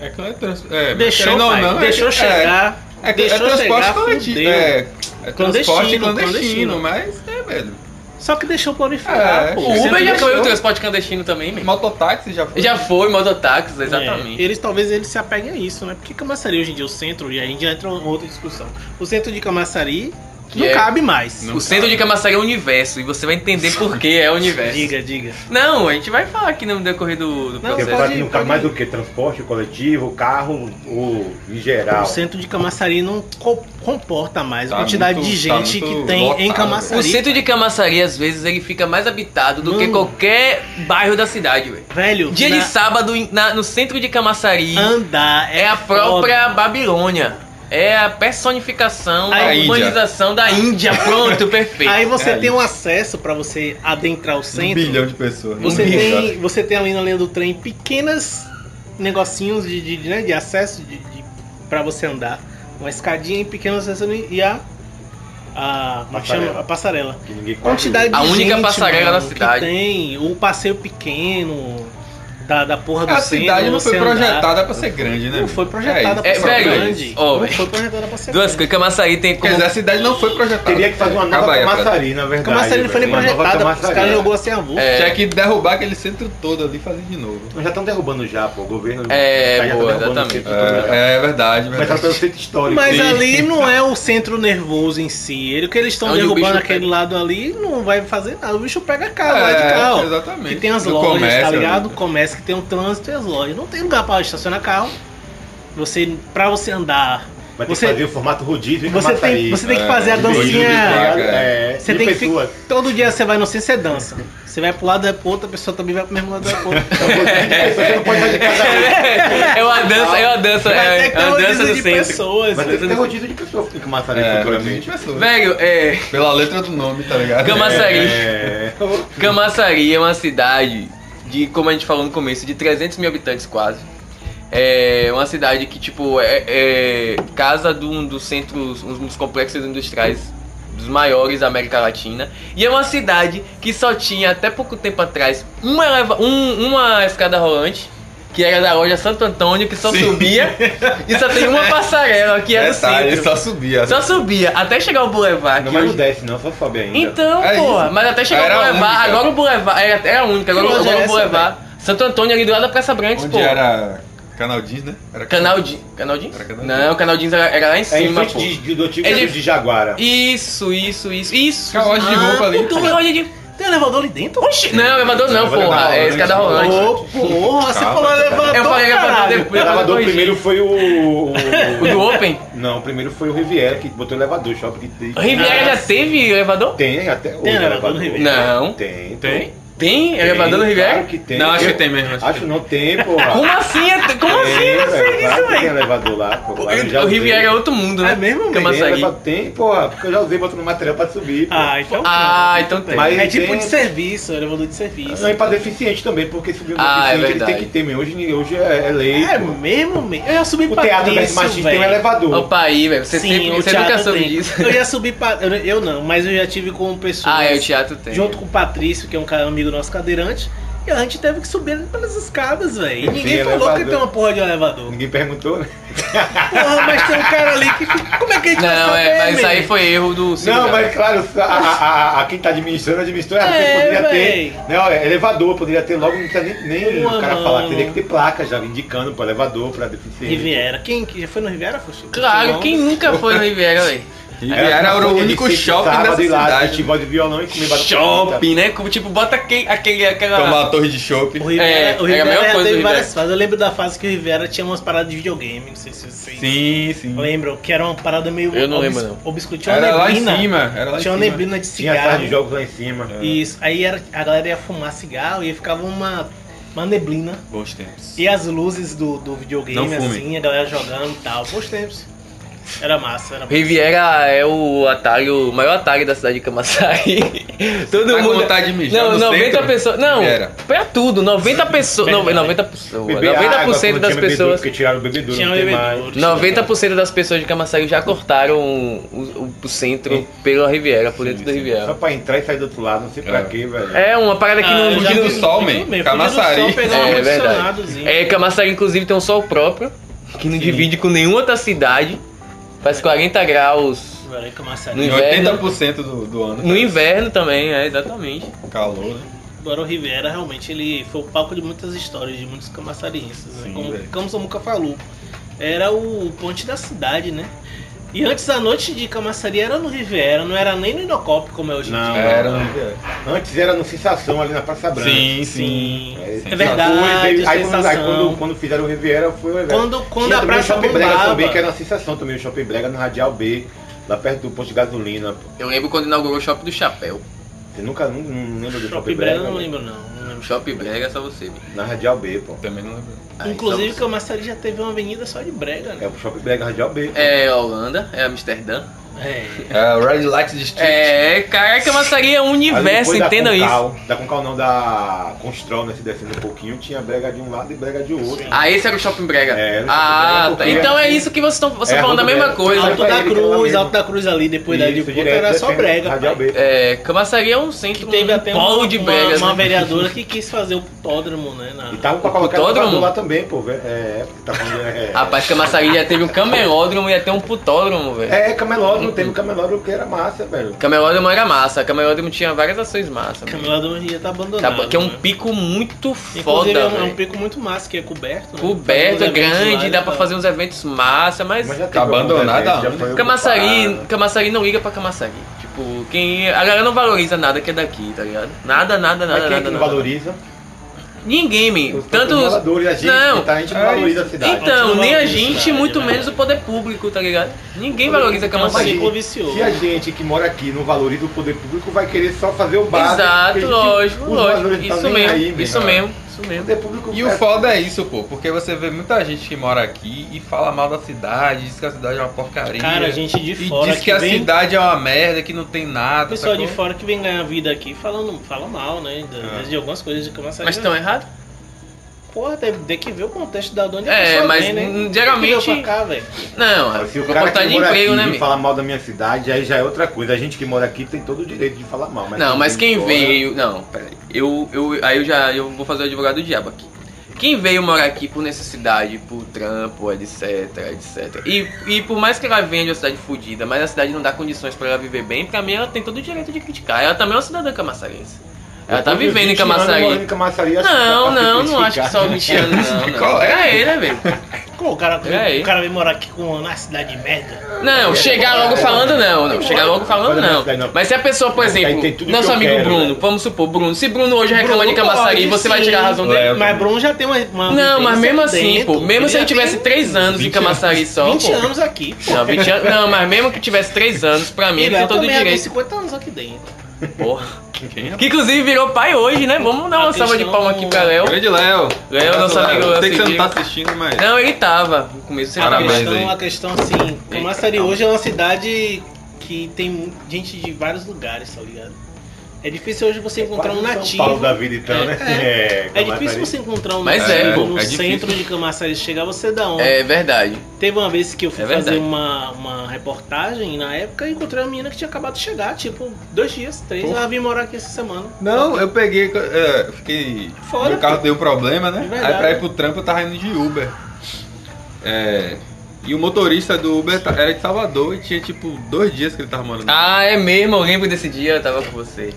É que não é trans... é,
Deixou,
querendo ou
pai,
não, é-
deixou
é-
chegar.
É, é
deixou
transporte
chegar,
coletivo.
fudeu.
É, é transporte
Clandestino, clandestino.
clandestino, mas é, velho.
Só que deixou planificar.
É,
pô.
o
o Uber
Sempre
já foi o
deixou.
transporte clandestino também, mesmo.
Mototáxi já foi. Um
Já foi, mototáxis, exatamente.
É, eles talvez eles se apeguem a isso, né? Porque Camaçari hoje em dia, o centro, e aí a gente entra em outra discussão. O centro de Camaçari
Que
não
é-
cabe mais.
Não.
O centro de Camaçari é o universo, e você vai entender por que é o universo.
Diga, diga.
Não, a gente vai falar aqui no decorrer do, do
Não,
Porque
processo.
pode-
vai não cabe
pode-
mais o que? Transporte coletivo, carro, ou em
O
geral.
centro de Camaçari não co- comporta mais a
Tá
quantidade
muito-
de
tá
gente
muito
que tem em
lotado,
Camaçari.
O centro de Camaçari, às vezes, ele fica mais habitado do que
Mano.
qualquer bairro da cidade, velho.
Velho,
Dia
na-
de sábado, em- na- no centro de Camaçari,
andar
é a
foda.
própria Babilônia. É a personificação,
A
a
Índia.
humanização da Índia. Pronto, perfeito.
Aí você
É
tem um acesso pra você adentrar o
Um
centro.
bilhão de pessoas. né?
Você
Um bilhão.
tem, você tem ali na linha do trem pequenas negocinhos de, de, de, né, de acesso de, de, para você andar. Uma escadinha e pequenos acessos e a. A, como é
Passarela.
chama? a passarela.
que ninguém quase
Quantidade de
A única
gente,
passarela
mano,
da cidade.
Que tem o passeio pequeno da, da porra do
A
centro,
cidade não
você
foi
andar.
projetada pra ser grande, né?
Não foi projetada pra
É,
ser
velho,
grande.
ó,
não
velho.
foi projetada pra ser
Duas
grande.
coisas, Camaçari tem
Quer
como...
dizer, a cidade não foi projetada.
Teria que fazer uma nova
Acaba aí, Fred.
camaçari, na verdade.
Camaçari não foi nem tá-
velho. Uma nova
projetada, os
Camaçari.
caras jogou assim a
É.
vulva.
Tinha que derrubar aquele centro todo ali e fazer de novo.
Mas já estão derrubando já, pô. O governo.
É,
já tá
boa,
derrubando
exatamente.
o centro todo já.
É, é verdade,
Começar
verdade.
pelo centro histórico.
Mas
Sim.
ali não é o centro nervoso em si. Ele, o que eles
É
estão
onde o
derrubando
bicho
aquele
pega.
lado ali não vai fazer nada. O bicho pega a cara lá de cá, ó.
É, exatamente.
Que tem as
No
lojas, tá
comércio,
ligado?
né?
Comércio que tem um trânsito e as lojas. Não tem lugar pra estacionar carro. Você, pra você andar.
Vai ter
Você-
que fazer o formato rodízio e
Você tem, você tem que fazer a
É, de
dancinha.
rodízio
É,
Você
de
tem que
pessoas.
Todo dia você vai no centro, você dança. Você vai pro lado, é pro outro, a pessoa também vai pro mesmo lado da outra.
Você não pode fazer cada um.
é uma dança, é uma dança,
Vai
é
ter que ter
uma dança
rodízio
do
de
centro.
pessoas.
Vai ter que ter rodízio de pessoas que tem que matar ali
É,
futuramente.
pessoas.
Velho, é...
Pela letra do nome, tá ligado?
Camaçari...
É.
Camaçari é uma cidade de, como a gente falou no começo, de 300 mil habitantes quase. É uma cidade que, tipo, é, é casa de um dos centros, um dos complexos industriais dos maiores da América Latina. E é uma cidade que só tinha, até pouco tempo atrás, uma, eleva- um- uma escada rolante, que era da loja Santo Antônio, que só
Sim.
subia, e só tem uma passarela, que é do
Detalhe,
centro.
tá, só subia.
Só subia, até chegar o Boulevard. que
Não, mas
hoje-
não desce, não, só sobe ainda.
então,
É
porra,
isso.
mas até chegar
Era
o
a
Boulevard,
única.
agora o Boulevard, era, era a única, agora,
Que loja
agora
é
o
essa,
Boulevard. Santo Antônio ali do lado da Praça Brantes,
Onde
pô.
era Canal Jeans, né? Era
tipo, Canal de. Canal Jeans?
Era Canal
Não, Canal Jeans era, era lá em
É em
cima,
frente
pô.
de, de, do antigo
É de-
Jesus de Jaguara.
Isso, isso, isso, isso.
Caô de
Ah,
roupa ali.
Tu loja de.
um- Tem elevador ali dentro?
Oxi! Não, elevador não,
Elevador da
porra.
hora,
É escada
né?
rolante.
Ô, porra, você
Calma,
falou
cara.
elevador,
Eu falei elevador
caralho.
depois.
O elevador
Corrigi.
primeiro foi o.
O do Open?
Não, o primeiro foi o Riviera que botou o elevador, shopping que tem.
Riviera já teve elevador?
Tem até hoje.
Tem elevador no Riviera?
Não.
Tem.
Tem?
Tem elevador no
Claro
Riviera?
que tem.
Não, acho
Eu-
que tem mesmo. acho que
Acho não tem, pô.
Como assim? Como assim?
Tem,
Eu não sei
velho, claro
disso,
que Tem
velho.
elevador lá, pô. Lá eu já
O
usei.
Riviera é outro mundo, né?
É mesmo, velho?
Tem,
Camaçari.
elevador- tem, pô, porque eu já usei botando material pra subir. pô.
Ah, então.
Ah, então tem.
Mas
É tipo
tem-
de serviço, elevador de serviço.
Não, e pra deficiente também, porque subir o
Ah, é
deficiente ele
verdade.
tem que ter, meu. Hoje, hoje é, é lei.
É
pô.
mesmo, mesmo. Eu ia subir
O
pra
teatro Beto
Patrício,
Martins tem um
velho.
elevador.
Opa aí, velho. é Você,
Sim,
sempre,
o
você
teatro
nunca soube
tem.
disso.
Eu ia subir pra. Eu eu não, mas eu já tive com pessoas.
Ah, é, o teatro tem.
Junto com o Patrício, que é um ca- amigo nosso cadeirante. E a gente teve que subir pelas escadas, velho. E ninguém
Tem
falou que
elevador.
tem uma porra de um elevador.
Ninguém perguntou, né?
Porra, mas tem um cara ali que. Como é que a gente vai
Não, é,
saber,
mas isso aí
man?
foi erro do
Não,
Silvio
mas claro, a, a- a- a quem tá administrando, administrou errado.
É,
porque poderia ter
véi.
né, ó, elevador, poderia ter logo, não precisa nem, nem
Boa,
o cara falar.
mano.
Teria que ter placa já indicando pro elevador, pra deficiência.
Riviera. Quem que já foi no Riviera, Fuxi?
Claro,
Não.
quem nunca foi no Riviera, velho?
E era o único shopping
da
dessa cidade.
tipo,
Festival de violão e comer batata frita.
Shopping, né? Como, tipo, bota aquele, aquele, aquela...
ah,
Tomar a torre de shopping.
O Rivera, o
É, era a
Rivera
mesma coisa
teve
do
várias
Rivera.
fases. Eu lembro da fase que o Rivera tinha umas paradas de videogame, não sei se vocês
Sim, sim.
lembram, que era uma parada meio
Eu não
obs-
lembro, não.
obscura. Tinha uma
Era lá em
neblina.
cima. Era lá
tinha
em cima.
uma neblina de
Tinha tarde de
cigarro.
jogos lá em cima.
É.
Isso. Aí era, a galera ia fumar cigarro e ficava uma, uma neblina.
Bons tempos.
E as luzes do, do
Não
videogame,
fume.
assim, a galera jogando e tal. Bons tempos. Era massa, era massa.
Riviera é o Atari, o maior Atari da cidade de Camaçari. Todo
Tá com
mundo.
vontade de mijar
não,
no
90
centro?
pessoas. Não,
Riviera.
pra tudo, 90 pessoas. não, 90 pessoas. 90%
Beber água,
das
tinha bebedouro,
pessoas.
Porque tiraram o bebedouro,
Tinha
não
um
tem
bebedouro.
mais.
90% das pessoas de Camaçari já cortaram o, o- o centro pela Riviera, por dentro da
Só
Riviera.
pra entrar e sair do outro lado, não sei pra
É.
quê, velho.
É uma parada que
Ah, eu
não.
já
que
do
não-
fui-
sol, man.
fui mesmo, fui
Camaçari.
do sol, pegar um
É verdade.
ar-condicionadozinho.
É, Camaçari, inclusive, tem um sol próprio, que não divide com nenhuma outra cidade. Faz 40 graus.
Agora aí, Camaçari.
No
Em
inverno.
80% do, do ano.
No inverno também, é, exatamente.
Calor, né?
Agora o Rivera realmente ele foi o palco de muitas histórias de muitos camaçarienses, né?
Sim,
como
velho.
Camus nunca falou. Era o ponte da cidade, né? E antes a noite de camaçaria era no Rivera, não era nem no Inocop como é hoje em
Não,
dia.
Era um-
Antes era no Sensação, ali na Praça Branca.
Sim,
Sim.
É,
É verdade,
Aí, aí quando, aí
sensação.
quando, quando fizeram o Riviera foi o Riviera.
Quando- quando
Tinha
a
também o
praça
Shopping Brega
bombava.
também, que era uma sensação também, o Shopping Brega no Radial B, lá perto do posto de gasolina. pô.
Eu lembro quando inaugurou o Shopping do Chapéu.
Você nunca não, não lembra
Shopping
do Shopping
Brega
Brega?
eu não
né?
lembro não. não lembro.
Shopping Brega é só você, bicho.
Na Radial B, pô.
Também não lembro.
Ah,
Inclusive
então-
Camaçari já teve uma avenida só de brega,
É
né?
o Shopping Brega Radial B. pô.
É Holanda, é Amsterdã.
É.
É, o Red Light District.
É, caraca, maçaria é um
Ali
universo,
depois da
entendam isso.
Concal, Da Concal não, da Constrol, né? Se descendo um pouquinho, tinha brega de um lado e brega de outro.
Ah, esse era o Shopping Brega.
É, era o Shopping
ah,
Brega,
tá.
porque-
Então é isso que vocês estão vocês
É,
falando da
Rodo
mesma
Brega.
coisa.
Alto da
Ele falou
Cruz,
mesmo.
Alto da Cruz ali, depois da de
Isso,
Porto,
direto,
era só
descendo,
brega.
Radial
pai.
B.
É, Camaçaria é um
Que
centro,
teve até
um polo
uma,
de
uma-
Bregas.
uma
né?
vereadora que quis fazer o putódromo, né? na-
E tá tava pra colocar
Todo
elevador
mundo.
lá também, pô. velho. É, porque tá falando. É,
Rapaz, Camaçaria já teve um camelódromo e até um putódromo, velho.
é camelódromo, teve camelódromo porque era massa, velho.
Camelódromo era massa, camelódromo tinha várias ações massa. velho.
Camila do Rio tá
Tá
abandonado.
bom, que é um
né?
pico muito
Inclusive,
foda,
é, um, é um
velho.
pico muito massa, que é coberto. né?
Coberto,
Faz
é
uns eventos lá,
grande, dá
né,
pra fazer uns eventos massa, mas.
Mas já
Tá
teve alguns
abandonado
eventos,
há
né, já
anos.
foi
Camaçari,
ocupado.
Camaçari não liga pra Camaçari. Tipo, quem. A galera não valoriza nada que é daqui, tá ligado? Nada, nada,
Mas
nada,
quem é
nada.
que não
nada.
valoriza?
Ninguém, men.
Os
Tanto. os-
moradores, a gente,
Não.
tá, a gente não
É
valoriza a cidade.
Então, nem a
valoriza,
gente,
cara,
muito
de
menos
verdade.
o poder público, tá ligado? Ninguém valoriza
Então, mas
Camaçari.
ciclo vicioso.
Se a gente que mora aqui não valoriza o poder público, vai querer só fazer o básico.
Exato,
porque a gente-
lógico,
os
lógico.
valores não
Isso
tão nem
mesmo,
aí, né? meu
isso
irmão.
mesmo, isso
O
mesmo.
poder público
E o
é-
foda é isso, pô, porque você vê muita gente que mora aqui e fala mal da cidade, diz que a cidade é uma porcaria.
Cara, gente de fora
E diz que,
que
a
vem-
cidade é uma merda, que não tem nada.
O pessoal de
sacou?
fora que vem ganhar vida aqui falando, fala mal, né? da-
Ah.
De algumas coisas de Camaçari.
Mas estão errados?
Porra, tem, tem que ver o contexto da onde a
É,
pessoa
mas
vem, né?
hum, geralmente-
Tem que ver pra cá, velho.
Não,
Agora, Se o
vou
cara
botar
que
de
mora
emprego,
aqui
né,
e
men?
falar mal da minha cidade, aí já é outra coisa. A gente que mora aqui tem todo o direito de falar mal. Mas
Não, mas quem
mora-
veio. Não, peraí. Eu, eu, aí eu já eu vou fazer o advogado do diabo aqui. Quem veio morar aqui por necessidade, por trampo, etc, etc. E, e por mais que ela venha de uma cidade fodida, mas a cidade não dá condições pra ela viver bem, pra mim ela tem todo o direito de criticar. Ela também é uma cidadã camassarense. Ela tá
Eu tô
vivendo em
20 anos morando
Camaçari.
é em Camaçari, acho que dá
Não,
pra se
não, não acho que é só
criticar.
20 anos, não. não.
Qual é?
Pra ele, né, velho?
Pô, o cara,
Pera aí.
o cara vem morar aqui com, na cidade de merda.
Não, chegar logo falando não, não. Chegar logo falando não. Mas se a pessoa, por exemplo, nosso amigo Bruno, vamos supor, Bruno, se Bruno hoje reclama de Camaçari, você vai tirar a razão dele?
Leva.
Mas Bruno já tem uma. uma
Não, mas
vivência
mesmo
aqui
assim,
dentro.
pô, mesmo
Ele
se ele
já
tivesse
tem
3 anos em
20
Camaçari só,
20
pô.
anos aqui. pô.
Não, 20 anos. Não, mas mesmo que tivesse 3 anos, pra mim ele tem
Ele
todo o
também já tem
direito.
50 anos aqui dentro.
Porra.
Quem é?
Que inclusive virou pai hoje, né? Vamos dar uma
A
salva de
questão-
palma aqui pra Léo.
Grande Léo.
Léo, nosso amigo
Eu
Léo
sei que você não
Cedinho.
tá assistindo, mas.
Não, ele tava no começo, você
A
Parabéns
tava.
questão,
aí.
a questão assim, Camaçari
calma.
hoje é uma cidade que tem mu- gente de vários lugares, tá ligado? É difícil hoje você encontrar
Quase
um
São
nativo.
Paulo da vida, então, né? É,
É difícil você encontrar um
Mas
é,
nativo
pô,
no
é difícil.
centro de Camaçari. Chegar você dá onde?
É verdade.
Teve uma vez que eu fui
É verdade.
fazer uma, uma reportagem na época e encontrei uma menina que tinha acabado de chegar, tipo, dois dias, três.
Pô.
Ela vinha morar aqui essa semana.
Não, eu peguei, é, eu fiquei.
Foda,
meu carro deu problema, né?
De verdade.
Aí pra ir pro trampo eu tava indo de Uber. É, e o motorista do Uber ta- era de Salvador e tinha tipo dois dias que ele tava morando. lá.
Ah, é mesmo, eu lembro desse dia, eu tava com você.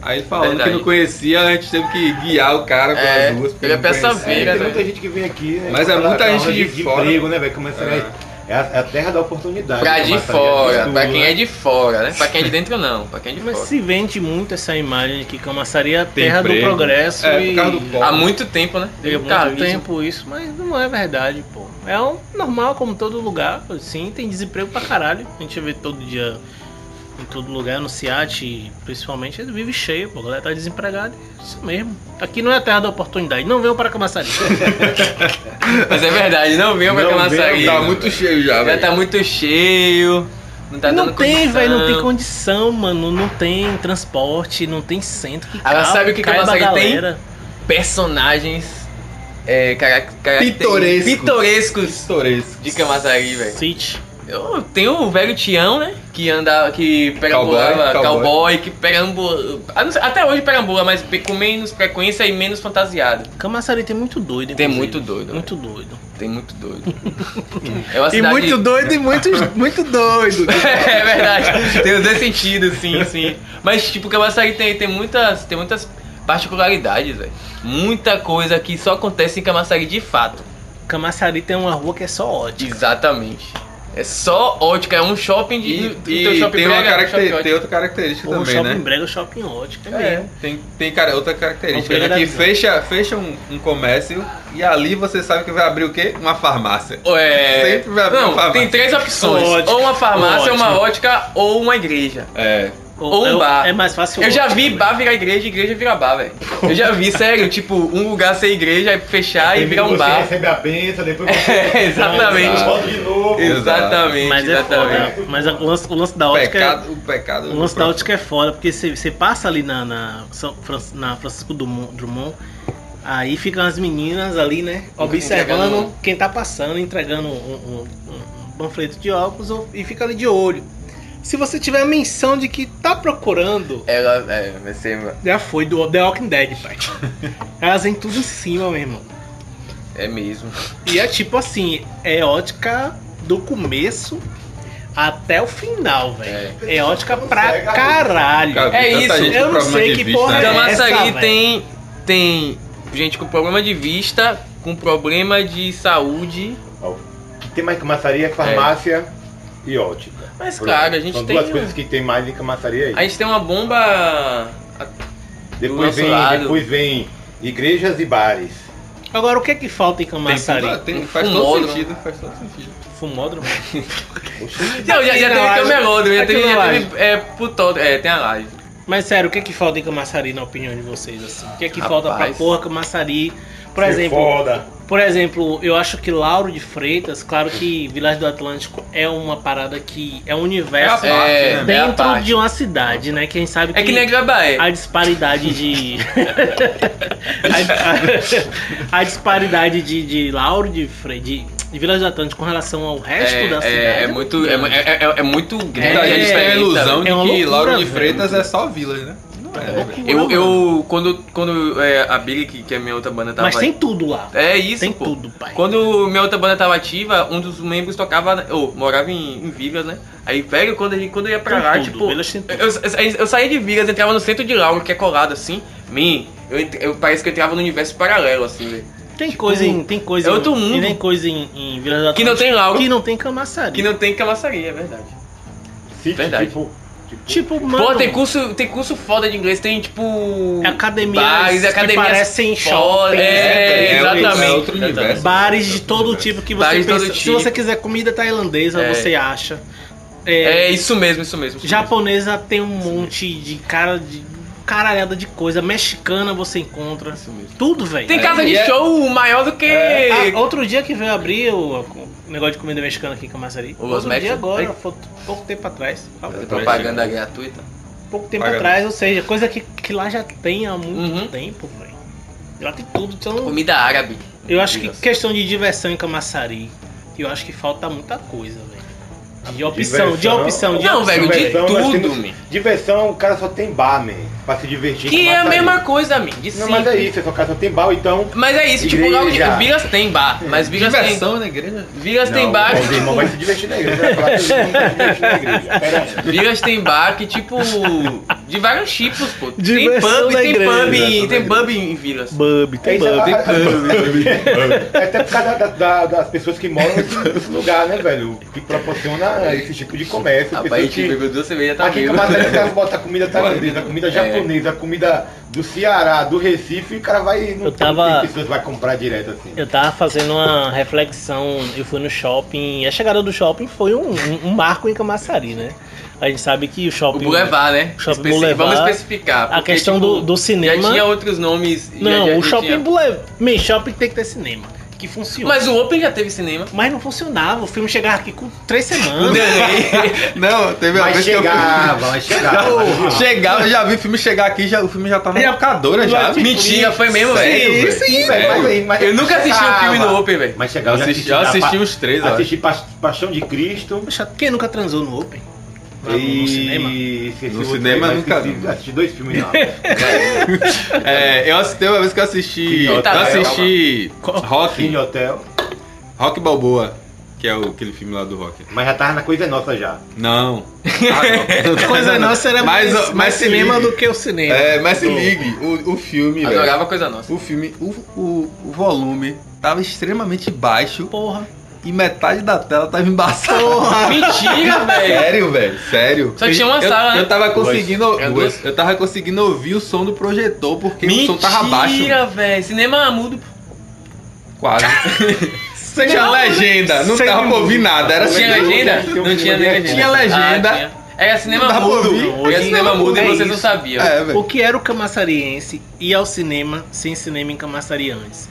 Aí falando
verdade.
que não conhecia, a gente teve que guiar o cara pelas
É,
ruas. porque
ele é
não
peça
conhecia.
feia,
É, tem
né?
muita gente que vem aqui, né?
Mas é
Pra-
muita
pra
gente
onda
de fora.
emprego, né, velho? Começando
É.
aí. É a, é a terra da oportunidade.
Pra de
Camaçari, é
fora,
tudo,
pra quem
né?
é de fora, né? Pra quem é de dentro não, pra quem é de
Mas
fora.
se vende muito essa imagem de que Camaçari é a terra do
emprego.
progresso
É,
e...
por causa do pó.
Há muito tempo, né?
Tem um muito
Cara, isso-
tempo isso, mas não é verdade, pô. É um normal como todo lugar, assim, tem desemprego pra caralho. A gente vê todo dia em todo lugar, no SEAT, principalmente, ele vive cheio, pô. A galera tá desempregada, é isso mesmo. Aqui não é a terra da oportunidade, não venham para Camaçari.
Mas é verdade, não veio pra
Não
Camaçari.
Tava
veio, Isso,
Tá muito
velho.
cheio já,
Já
velho.
tá muito cheio. Não tá
não
dando
tem,
condição.
velho, não tem condição, mano. Não tem transporte, não tem centro que
Agora, sabe o que
caiba a
Camaçari tem?
galera.
Personagens é, carac- caracter-
Pitorescos.
pitorescos
Pitoresco.
de Camaçari, velho.
City.
Eu tenho o velho Tião, né? Que andava, que perambulava,
Cowboy,
cowboy,
cowboy.
que perambula. ah, não sei, Até hoje perambula, mas pe- com menos frequência e menos fantasiado.
Camaçari tem muito doido,
Tem
inclusive.
muito doido,
Muito doido.
Tem muito doido. É uma cidade-
doido e muito, muito doido.
é verdade. Tem os dois sentidos, sim, sim. Mas, tipo, Camaçari tem, tem muitas. Tem muitas particularidades, velho. Muita coisa que só acontece em Camaçari de fato.
Camaçari tem uma rua que é só ódio.
Exatamente. É só ótica, é um shopping de.
E,
do
e
teu
tem,
shopping
uma
Brega,
caracter-
shopping ótica.
tem outra característica
Pô, o
também,
shopping
né?
brega é shopping ótica
É,
mesmo.
tem, tem cara, outra característica,
Uma
né? Que
primeira
fecha, fecha um, um comércio e ali você sabe que vai abrir o quê? Uma farmácia.
É...
Sempre vai abrir
Não,
uma farmácia.
tem três opções.
Ótica.
Ou uma farmácia,
Ótimo.
uma ótica ou uma igreja.
É.
Ou um
é,
bar.
É mais fácil.
Eu já
ótica,
vi
né?
bar virar igreja e igreja virar bar, velho. Eu já vi, sério, tipo, um lugar ser igreja, aí fechar e virar um
Primeiro Você
bar.
recebe a benção, depois você
É, exatamente.
volta de novo.
Exato.
Exatamente,
Mas é
exatamente.
foda. Mas a- o lance, o lance da ótica.
Pecado, o pecado.
É, o lance da ótica é foda, porque você você passa ali na, na, São Fran- na Francisco Dumont, Drummond, aí ficam as meninas ali, né? Observando
Entregando-
quem tá passando, entregando um, um, um- um panfleto de óculos ou- e fica ali de olho. Se você tiver a menção de que tá procurando,
Ela, é, vai ser.
já foi do The Walking Dead, pai. Elas vêm tudo em cima, meu irmão.
É mesmo.
E é tipo assim, é ótica do começo até o final, velho. É. ótica pra caralho.
Cara,
É
tanta
isso,
gente com
eu não
problema
sei
de
que
vista,
porra
né?
é essa.
Camaçari
velho.
tem. Tem gente com problema de vista, com problema de saúde.
Ó, O que tem mais em Camaçari é farmácia e ótica.
Mas,
Por
claro,
exemplo.
a gente
São
tem
duas
um-
coisas que tem mais em Camaçari aí.
A gente tem uma bomba.
Depois
nosso
vem,
lado.
depois vem igrejas e bares.
Agora, o que é que falta em
Tem tudo- ah,
Camaçari?
tem- faz
Fumódromo.
todo sentido, faz todo sentido.
Fumódromo?
Oxi,
Não, já, já
na
teve
laje.
camelódromo, já
Aqui
teve,
na
já
laje.
teve é, putódromo. É, tem a laje.
Mas sério, o que é que falta em Camaçari, na opinião de vocês? Assim? O que é que
Rapaz.
falta pra porra Camaçari? Por
que
exemplo,
Foda.
Por exemplo, eu acho que Lauro de Freitas, claro que Vilagem do Atlântico é uma parada que é um universo
É a parte,
É,
né?
é a
dentro
parte.
um de uma cidade, né? Quem sabe
É que nem a Grabaé.
a disparidade de. a, a disparidade de, de Lauro de Freitas. De, de Vila do Atlântico com relação ao resto
é,
da
é-
cidade.
é muito, é,
grande.
é- é- é muito grande
Muita
a
gente tem Então, a
diferença.
ilusão de
É uma
que
loucura,
Lauro de
velho.
Freitas é só Village, né? Não é, velho.
loucura,
Eu,
mano.
eu quando, quando é, a Billy, que, que é a minha outra banda, tava...
Mas tem tudo lá.
É isso,
tem
pô.
tudo, pai.
Quando minha outra banda tava ativa, um dos membros tocava, ou morava em, em Vigas, né? Aí, velho, quando, a gente- quando eu ia pra
Tem
lá,
tudo,
tipo...
Village tem tudo.
Eu, eu, eu saía de Vigas, entrava no centro de Lauro, que é colado, assim. Mim, eu, ent- eu- parece que eu entrava no universo paralelo, assim, velho.
Tem coisa em. Tem coisa
é outro
em, e
mundo.
Tem coisa em, em Vila do Atlântico.
Que não tem Lauro,
Que não tem Camaçari.
que não tem camaçaria, é verdade.
City,
Verdade.
Tipo, tipo,
Tipo, mano. é
Pô, tem curso, tem curso foda de inglês, tem tipo.
Academias
bares,
que
academias
parecem
foda,
shoppings,
É,
né? É outro-
exatamente.
é outro universo.
Bares de todo tipo que você
Bares de todo
pensa. Se
tipo.
você quiser comida tailandesa,
É.
você acha.
É,
É,
isso mesmo, isso mesmo. isso
japonesa tem um monte de cara de caralhada de coisa. Mexicana você encontra.
mesmo, É isso mesmo.
Tudo, velho.
Tem casa de
e é-
show maior do que. É.
Ah, outro dia que veio abrir o o negócio de comida mexicana aqui em Camaçari.
O
Outro
Osmex,
dia
né?
agora,
Aí.
Ah,
foi pouco tempo atrás.
Propaganda gratuita.
pouco tempo
Paga-
atrás, ou seja, coisa que, que lá já tem há muito
Uhum.
tempo, velho. Lá tem tudo, então.
Comida árabe.
Eu acho que
Diga-se.
questão de diversão em Camaçari, eu acho que falta muita coisa, velho. De opção, de
Diversão?
opção, de
Não,
opção.
velho, de
Diversão, nós
tudo,
temos-
man.
Diversão, o cara só tem bar, man, pra se divertir.
Que
com
é a
maçarico.
mesma coisa, man. De
Não, mas é
simples.
isso, é só cara só tem bar, então...
Mas é isso, tipo, logo de,
Igreja.
Vigas tem bar, mas Vigas tem.
Diversão na igreja?
Vigas tem
Não,
bar.
mas o irmão vai se divertir na igreja. vai falar que ele não vai se divertir na igreja. Pera aí.
Vigas tem bar que, tipo. De vários tipos, pô. Tem
Diversão
pub,
na
tem
igreja.
pub, em- tem pub em Vilas.
Bub,
É
tem
isso, é-
bub.
é até por causa da- da- das pessoas que moram nesse, nesse lugar, né, velho? Que proporciona esse tipo de comércio.
Rapaz, a
pessoas
gente
que,
bebeu duas cervejas, tá
aqui em
meio.
Camaçari, os caras botam comida tailandesa, comida japonesa, comida do Ceará, do Recife, e o cara vai. Não
Eu tava-
tem pessoas que vai comprar direto assim.
Eu tava fazendo uma reflexão, eu fui no shopping, a chegada do shopping foi um, um- um marco em Camaçari, né? A gente sabe que o
O
shopping.
Boulevard, né?
Shopping
Especi-
Boulevard.
Vamos especificar.
a
porque,
questão
tipo,
do, do
Já
cinema.
tinha outros nomes. já-
não,
já-
o
já
shopping é
tinha.
Boulevard. Man, shopping tem que ter cinema. Que funciona. Mas,
Mas o Open já teve cinema.
não funcionava. O filme chegava aqui com três
O
semanas.
delay.
Não, teve uma vez
Mas chegava, mas chegava. mas
que eu.
chegava.
Chegava, eu já vi filme chegar aqui, já, o filme já tava na
Já-
locadora já.
Lá-
Mentira, foi mesmo, velho.
Sim,
Sim,
sim,
velho, mas
velho.
aí- mas
Eu nunca assisti um filme
chegava.
no Open, velho.
Mas
Eu
chegava,
assisti, eu assisti
pa-
os três, ó.
assisti Pa- Paixão de Cristo.
Poxa, quem nunca transou no Open? Lá no-
e...
No cinema?
esqueci
No
o outro
cinema
filme,
nunca
mas esqueci-
vi.
Assisti dois filmes lá.
É, eu assisti teve uma vez que eu assisti.
Sim,
Eu
tá,
assisti Rock,
Cine Hotel.
Rock Balboa, que é o- aquele filme lá do Rock.
Mas já tava na coisa nossa já.
Não. Ah, não.
Coisa nossa era
Mas-
mais,
mas
mais,
se
cinema
liga.
do que o cinema.
É, mas se ligue, o, o filme, velho.
Adorava coisa nossa.
O filme, o, o, o volume tava extremamente baixo
Porra.
e metade da tela tava embaçada.
Mentira, velho.
Sério, velho, sério.
Só tinha uma
eu,
sala, né?
Eu tava conseguindo.
Era
duas.
duas.
Eu tava conseguindo ouvir o som do projetor, porque o som tava baixo.
Mentira, velho. Cinema mudo.
Quase. tinha legenda, não
Sem
tava pra ouvir nada. Era
Tinha
assim,
legenda?
tinha um
Não tinha
filme
nem
Tinha legenda.
Ah, tinha. Era
Não
cinema
dá pra ouvir.
mudo. Era
Hoje
cinema
não,
mudo e
é
vocês não
isso.
sabiam.
É,
O
velho.
que era o camaçariense ir ao cinema sem cinema em Camaçari antes?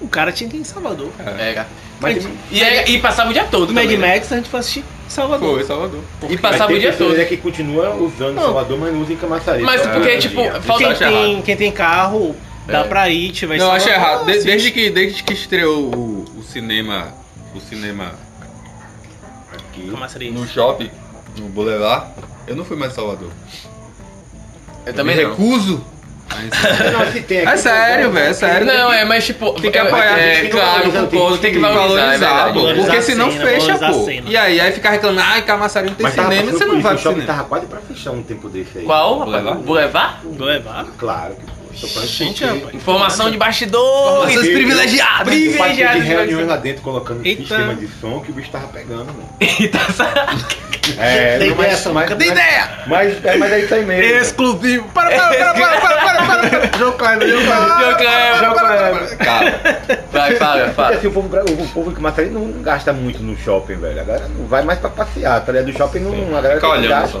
O cara tinha que ir em Salvador.
Era.
Mas
É. E, era- e passava o dia todo.
Do Mad
também, né?
Max a gente foi assistir em Salvador.
Foi, Salvador.
E passava o dia todo.
é que continua usando
Não.
Salvador, mas não usa em Camaçari. Tá
Mas
Só
porque,
usa
tipo,
dia.
falta-
Quem
acho
tem, quem tem carro, dá
É.
pra ir, tiver
Não, eu acho
Salvador, assim.
errado. De-
assiste.
desde, que, desde que estreou o, o cinema. O cinema
Aqui.
é
no
Camaçariense.
shopping, no Boulevard, eu não fui mais em Salvador.
Eu também
me
não.
recuso.
Não, se tem aqui, tá
É sério,
tem-
velho, é sério.
Não, é, mas tipo,
Tem que
é-
apoiar,
é,
tem que
claro,
valorizar,
concordo, tem que
Tem que
valorizar, é
valorizar,
verdade.
pô.
Valorizar
Porque
a
senão
cena,
fecha,
valorizar a
pô.
cena.
E aí, aí fica reclamando, ai, Camaçari não tem
Mas tava
cinema,
passando
você
por
não
isso,
vai
o
pro
shopping tá
cinema.
tava quase pra fechar um tempo desse aí.
Qual? rapaz?
Boulevard?
Boulevard?
Boulevard?
Claro que foi. Tô falando
Gente,
porque-
rapaz.
Informação de bastidores.
Vocês
Sim.
privilegiados.
Eu participei
Privilegiado
de reuniões lá dentro colocando
Eita.
sistema de som que o bicho tava pegando, mano.
Eita, sabe?
É,
Tem
não, mas-
essa,
mas,
tá Tem
mas,
ideia!
mas, é- mas é isso aí mesmo.
Exclusivo.
Para, para, para, para, para, para, para, para. João Kleber, João
João Kleber.
João Kleber. Cara,
Vai, fala,
Porque
fala.
assim, o povo, bra- o povo que mata ali não gasta muito no shopping, velho. A galera não vai mais pra passear, tá ligado? Do shopping não, a galera
Fica
não
olhando
gasta.
só.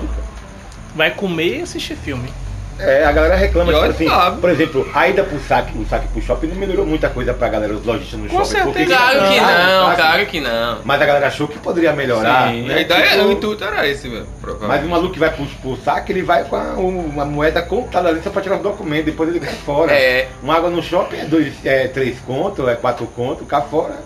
Vai comer e assistir filme.
É, a galera reclama,
E
tipo
olha
assim,
lá.
por exemplo, a ida pro saque, o saque pro shopping não melhorou muita coisa pra galera, os lojistas no
Com
shopping.
certeza.
porque-
Claro que
Ah,
não,
saque.
claro que não.
Mas a galera achou que poderia melhorar.
Sim,
né?
a ideia,
Tipo,
o intuito era esse, velho.
Mas
provavelmente.
o maluco que vai pro, pro saque, ele vai com a- um, uma moeda contada ali só pra tirar os documentos, depois ele cai fora.
É,
Uma água no shopping é, dois, é três conto, é quatro conto, cá fora.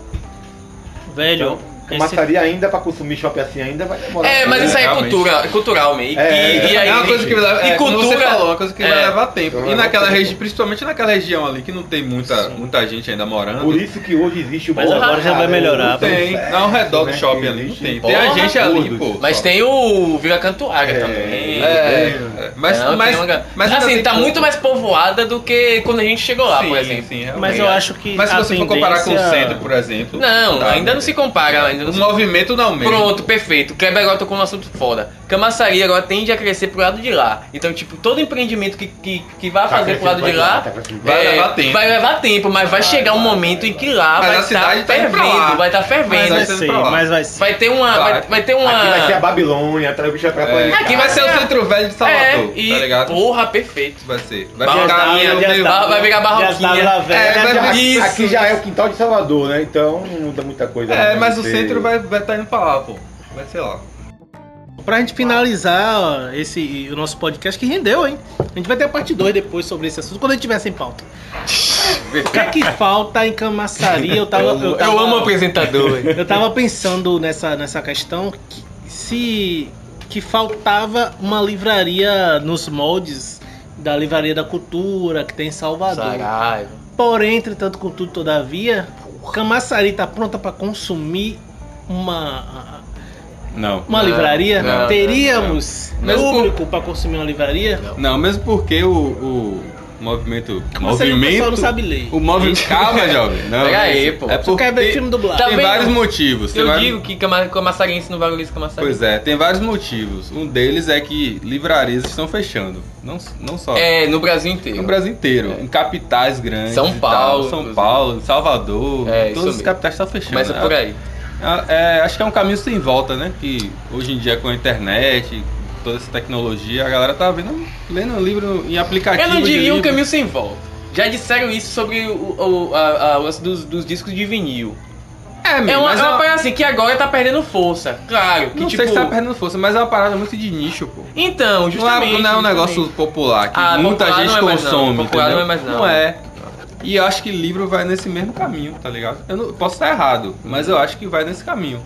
Velho,
Então,
tá
Mataria ainda pra consumir shopping assim ainda vai demorar.
é mas isso aí é
Realmente.
cultura, cultural, meio.
É,
e, e aí,
é uma coisa que me leva,
e
é, como
cultura-
você falou, é uma coisa que vai
é.
levar tempo.
Vai
E
levar
naquela
tempo.
região, principalmente naquela região ali que não tem muita, muita gente ainda morando.
Por isso que hoje existe o
Mas
Boulevard,
agora já vai
cara,
melhorar,
o-
pô.
Tem, lá ao redor do
né,
shopping
que
ali, não
existe.
tem. Tem a
Porra,
gente ali,
tudo.
pô.
mas
só.
tem o Vila Cantuária
É.
também.
É, é, mas,
Não, tem
mas,
uma-
mas ainda
assim,
tem
tá
pouco.
muito mais povoada do que quando a gente chegou lá,
Sim,
por exemplo.
sim, realmente.
mas eu acho que.
Mas se
a
você for comparar com o
tendência-
centro, por exemplo.
Não,
tá,
ainda
né?
não se compara, ainda não
O
se
movimento não mesmo.
Pronto, perfeito. O Kleber agora tocou um assunto foda. Camaçari agora tende a crescer pro lado de lá. Então, tipo, todo empreendimento que, que, que vai
Tá
fazer pro
crescendo,
lado de
vai
lá.
tá crescendo, vai.
Vai
é,
levar tempo.
vai levar tempo, mas vai
Vai,
chegar um
vai,
momento
vai,
em que lá
Mas
vai
a
estar
cidade tá indo pra lá.
fervendo, vai estar
Mas
fervendo.
vai
Mas tá
ser,
indo pra lá.
mas vai ser.
Vai ter uma.
Vai.
Vai, vai ter uma.
Aqui
Ah.
vai ser a Babilônia, atrás o bicho vai pra
É,
planejar.
aqui vai ser o centro velho de Salvador,
assim, é, e,
tá ligado?
Porra, perfeito.
Vai ser. Vai
Barra
tá
ficar
da-
meio-
Vai-
meio-
da- vai pegar barroquinha.
Já tá
É, vai-
velho.
Já-
Isso.
Aqui já é o quintal de Salvador, né? Então não muda muita coisa.
É,
não.
mas o
Tem-
centro vai estar indo pra lá, pô. Vai ser lá.
Pra gente finalizar ó, esse, o nosso podcast que rendeu, hein? A gente vai ter a parte 2 depois sobre esse assunto, quando a gente tiver sem pauta. O que é que falta em Camaçari? Eu tava.
Eu,
tava,
amo apresentador. velho.
eu tava pensando nessa, nessa questão que, se que faltava uma livraria nos moldes da livraria da cultura que tem em Salvador.
Saraiva.
Porém, entretanto, contudo, todavia, Camaçari tá pronta para consumir uma
Não.
uma
Não,
livraria?
não,
Teríamos
não, não.
público para consumir uma livraria?
Não, mesmo porque o, o movimento.
Camaçari, O pessoal não
movimento.
sabe ler.
O movimento. Calma, jovem. Não,
Pega aí, pô.
É
Só
porque
quer ver
tem,
filme dublado.
Tá vendo?
vários motivos. tem
Eu
vários-
digo que cama- camaçarense não valoriza camaçarense.
Pois é, tem vários motivos. Um deles é que livrarias estão fechando. Não, não só.
É, no Brasil inteiro.
No Brasil inteiro, em capitais grandes.
São
e tal,
Paulo,
São
inclusive.
Paulo, Salvador.
É, isso
todas as
mesmo.
capitais estão fechando.
Começa
né?
por aí.
É, é, acho que é um caminho sem volta, né? Que hoje em dia com a internet, toda essa tecnologia, a galera tá vendo, lendo livro em aplicativo.
Eu não
de
diria um
livro.
caminho sem volta. Já disseram isso sobre o, o- a- a- o lance dos, dos discos de vinil.
É,
É
mesmo,
uma,
mas
é uma
uma-
parada assim que agora tá perdendo força. Claro, que
Não
tipo.
sei se tá perdendo força, mas é uma parada muito de nicho, pô.
Então,
Não é,
justamente.
não é um
justamente.
negócio popular que
Ah,
muita
popular
gente
não é mais não.
consome.
Popular
entendeu?
não é mais não.
é. E eu acho que livro vai nesse mesmo caminho, tá ligado? Eu não, posso estar errado, mas eu acho que vai nesse caminho.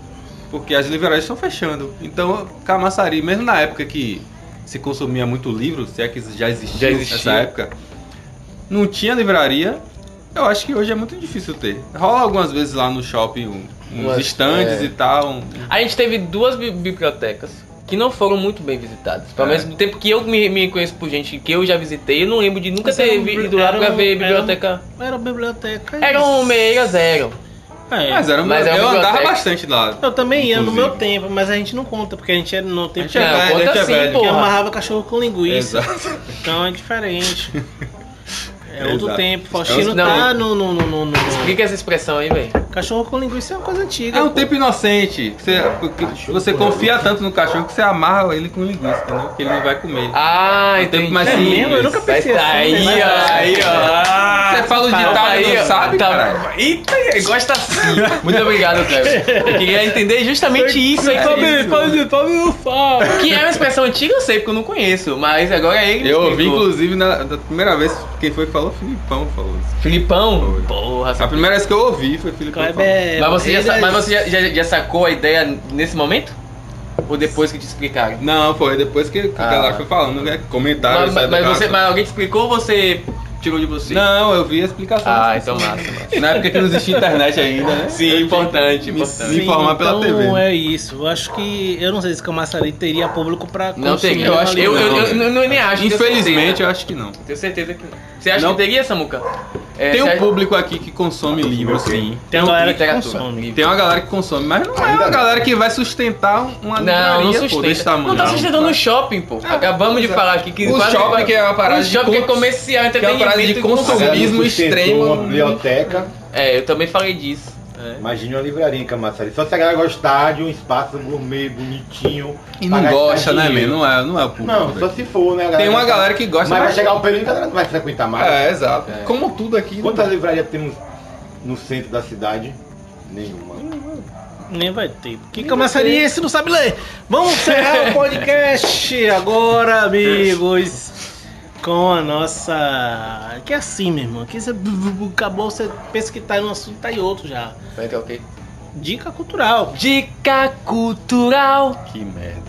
Porque as livrarias estão fechando. Então, Camaçari, mesmo na época que se consumia muito livro, se é que já existia,
Já existia.
nessa época, não tinha livraria. Eu acho que hoje é muito difícil ter. Rola algumas vezes lá no shopping um- uns
Umas-
estandes
é.
e tal. um-
A gente teve duas bi- bibliotecas que não foram muito bem visitadas. Pelo
É.
menos no tempo que eu me, me conheço por gente que eu já visitei, eu não lembro de nunca
Mas
ter
era um
vi-
bibli-
ido lá
era
pra
um-
ver
era um-
biblioteca. um
Era biblioteca. e-
Eram meias, eram.
É.
um Mas era,
Mas é
eu
uma
andava
biblioteca.
bastante lá.
Eu também ia no
Inclusive.
meu tempo, mas a gente não conta, porque a gente era no
A
tempo
gente
que
é
Não,
velho, a
conta
gente é
assim,
velho.
pô.
que
porra.
amarrava cachorro com linguiça.
Exato.
Então é diferente. É outro
Exato.
tempo. Faustino
Então, assim, Não.
tá no, no, no, no, no-
Explica é essa expressão aí, velho.
Cachorro com linguiça é uma coisa antiga.
É um
pô.
tempo inocente. Você, porque você confia tanto no cachorro que você amarra ele com linguiça, entendeu? Que ele não vai comer.
Ah,
É um tempo
entendi.
mais
É
simples.
mesmo? Eu nunca
Mas
pensei
tá
assim.
aí,
né?
ó, aí, ó.
Você fala o ditado e não
ó.
sabe,
tá...
caralho.
Eita, gosta assim. Muito obrigado, Cleber. Eu queria entender justamente isso aí.
Fábio, Fábio, Fábio, Fábio.
Que é uma expressão antiga, eu sei, porque eu não conheço. Mas agora ele me
Eu ouvi,
explicou.
inclusive, na, da primeira vez, quem foi que falou? Filipão falou isso.
Filipão? Porra,
A primeira vez que eu ouvi foi Filipão
Kleber,
falando.
Mas você, já,
ele
sa-
é-
mas você já, já- já sacou a ideia nesse momento? Ou depois que te explicaram?
Não, foi depois que, que
Ah.
a galera foi falando, né? Comentário.
Mas, mas-
sabe,
mas
cara.
você, mas alguém te explicou ou você tirou de você?
Não, eu vi a explicação.
Ah, então massa. massa.
Na época que não existia internet ainda, né?
Sim, importante,
Me-
importante.
me informar pela
então
TV, né?
é isso. Eu acho que. Eu não sei se Camaçari teria público pra consumir.
Não teria. Eu,
uma
acho, eu, eu, eu, eu, não- nem acho. tenho
Infelizmente,
certeza.
eu acho que não.
Tenho certeza que não. Você acha
Não.
que teria, Samuca? É,
Tem
você
um
acha-
público aqui que consome livro, sim.
Tem uma galera que
literatura.
consome.
Tem uma galera que consome, mas não é uma galera que vai sustentar uma
Não, não
livraria, pô, desse
sustenta.
tamanho.
Não tá sustentando o shopping, pô.
Ah,
Acabamos de
pois é.
falar aqui que
O
quase-
shopping que é uma parada
O
de
shopping é
cons-
comercial,
é uma parada de
entretenimento e
consumo.
consumo.
Consumismo
Não sustentou
extremo.
Uma biblioteca,
É, eu também falei disso. É.
imagina uma livraria em Camaçari. Só se a galera gostar de um espaço gourmet, bonitinho.
E não
pagar
gosta, né,
dinheiro.
mesmo? Não é, não é o público.
Não, só
velho.
se for, né? a
Tem uma
vai-
galera que gosta,
Mas vai
mas-
chegar um período que a galera não vai frequentar mais.
É, exato.
É.
Como tudo aqui.
Quantas
né?
livrarias temos no centro da cidade? Nenhuma.
Nem vai ter. Porque camaçariense não sabe ler. Vamos encerrar o podcast agora, amigos. Com a nossa. Que é assim, meu irmão. Aqui você acabou, você pensa que tá em um assunto, tá em outro já.
Vai ter o quê?
Dica cultural.
Dica cultural.
Que merda.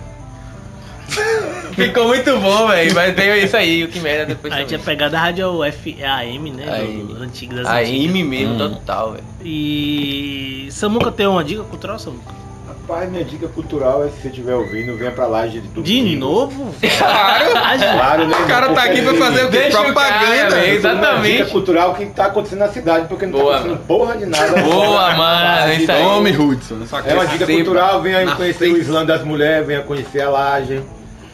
Ficou muito bom, velho. Mas tem isso aí, o que merda depois
A gente é
também.
pegada a rádio FM, né?
AM.
Do- Antigo das
A
antigas.
M mesmo,
Hum.
total, velho.
E. Samuca tem uma dica cultural, Samuca?
Rapaz, minha dica cultural é se você estiver ouvindo, venha pra laje de tudo.
De novo? Ah,
Claro!
Claro, né?
O cara tá aqui pra fazer o quê?
Deixa o cara,
Propaganda.
velho.
Exatamente.
Exatamente.
Dica cultural que tá acontecendo na cidade, porque não
Boa,
tá acontecendo porra de nada.
Boa, mano. Isso aí.
Homem Hudson. só que-
É uma dica
Seba.
cultural, venha
Na
conhecer o Islã das Mulheres, venha conhecer a laje.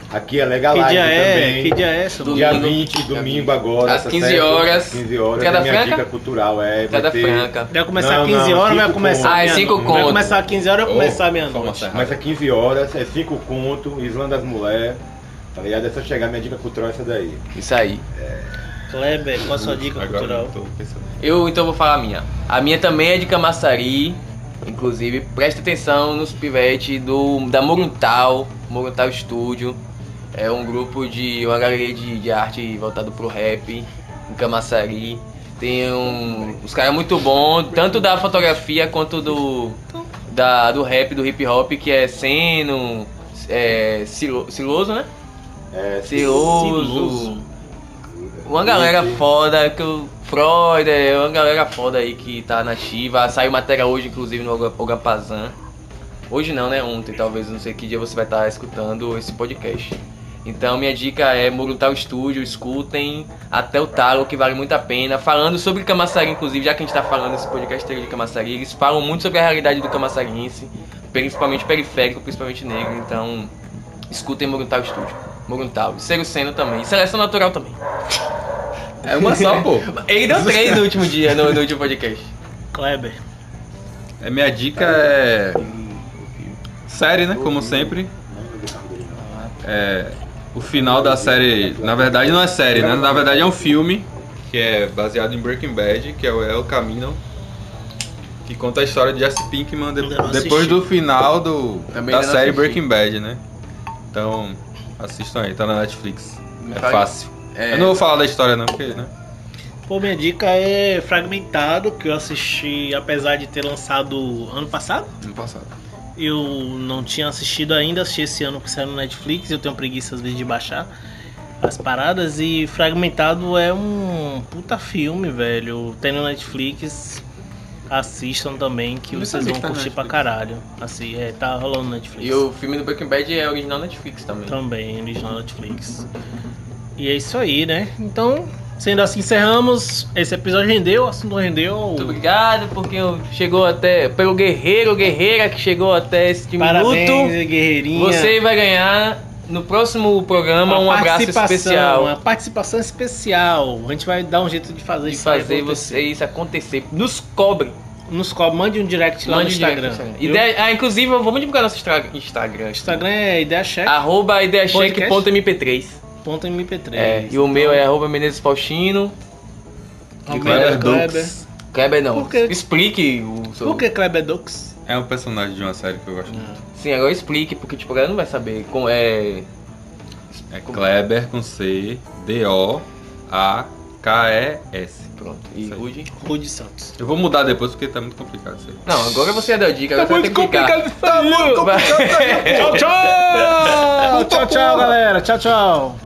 Aqui é legal
Que dia é?
também.
Que dia é, Samuca?
Dia
Domingo.
20, domingo agora.
Às
tá
15
certo?
horas.
15 horas.
Cada
é minha
franca?
dica cultural, é. vai
Cada
ter-
franca.
Vai começar
Não,
às 15
não,
horas ou vai
cinco
começar.
conto. Ah, é
meia-noite?
cinco
Vai
conto.
começar às 15 horas ou vai
Oh,
começar
informação
meia-noite?
errada.
Começa 15 horas, é 5 conto, Islã das Mulheres. Tá ligado? É só chegar, minha dica cultural é essa daí.
Isso aí.
Kleber,
é
qual a sua dica
Agora
cultural?
eu tô pensando.
Eu então vou falar a minha. A minha também é de Camaçari. Inclusive, presta atenção nos pivetes do, da Moruntal, Moruntal Studio. É um grupo de. uma galeria de, de arte voltado pro rap, em Camaçari. Tem um, os caras muito bom, tanto da fotografia quanto do. Da, do rap, do hip hop, que é Seno, é, Silo- Siloso, né?
É,
Siloso. Uma galera foda, que o Freud, é uma galera foda aí que tá nativa. Saiu matéria hoje, inclusive, no Oga- Ogapazan. Hoje não, né? Ontem, talvez, não sei que dia você vai estar escutando esse podcast. Então, minha dica é Murutal Estúdio, escutem até o talo, que vale muito a pena. Falando sobre Camaçari, inclusive, já que a gente tá falando esse podcast inteiro de Camaçari, eles falam muito sobre a realidade do camaçarense, principalmente periférico, principalmente negro. Então, escutem Murutal Estúdio. Murutal. E Cero Seno também. E Seleção Natural também.
É uma só, pô.
Ele deu três no último dia, no, no último podcast.
Kleber.
É, minha dica é. Série, né? Como sempre. É, o final da série. Na verdade, não é série, né? Na verdade, é um filme que é baseado em Breaking Bad, que é o El Camino. Que conta a história de Jesse Pinkman de-
Ainda não
depois
assisti.
do final do,
Também ainda
da
não
série
assisti.
Breaking Bad, né? Então, assistam aí, tá na Netflix.
Me
É
fale-
fácil.
É,
Eu não vou falar da história, não, porque, né?
Pô, minha dica é Fragmentado, que eu assisti, apesar de ter lançado ano passado.
No passado.
Eu não tinha assistido ainda, assisti esse ano que saiu no Netflix, eu tenho preguiça às vezes de baixar as paradas. E Fragmentado é um puta filme, velho. Tem no Netflix, assistam também, que
Não
vocês
sabia
vão
que tá no
curtir pra
Netflix.
caralho. Assim, é, tá rolando no Netflix.
E o filme do Breaking Bad é original Netflix também.
Também, original Netflix. E é isso aí, né? Então, sendo assim, encerramos. Esse episódio rendeu, o assunto rendeu.
Muito obrigado por quem chegou até. Pelo guerreiro, guerreira que chegou até este
Parabéns,
minuto.
guerreirinha.
Você vai ganhar no próximo programa um abraço
participação, é
especial.
Uma participação especial. A gente vai dar um jeito de fazer
De
isso aí
fazer
acontecer.
você isso acontecer. Nos cobre.
Nos co- mande um direct lá
Mande
no
direto
Instagram.
no Instagram.
viu?
Ideia- ah, inclusive, vamos divulgar nosso Instra- Instagram.
Instagram é ideiacheck.mp3.
Arroba ideiacheck.mp3. É, e o
então.
meu é arroba Menezes Faustino.
Almeida
Kleber
Kleber.
Dux.
Kleber não.
Por quê?
Explique o seu.
Por que Kleber Dux? Hum,
É um personagem de uma série que eu gosto muito.
Sim, agora explique, porque tipo, a galera não vai saber. Com, é.
É Kleber com C, D-O-A-K-E-S.
Pronto. E
Isso aí.
Rude?
Rude Santos.
Eu vou mudar depois porque tá muito complicado isso aí.
Não, agora você é da dica, agora você vai ter que explicar.
tá muito
Vai.
Tchau,
complicado.
tchau! tchau, tchau, galera. Tchau, tchau.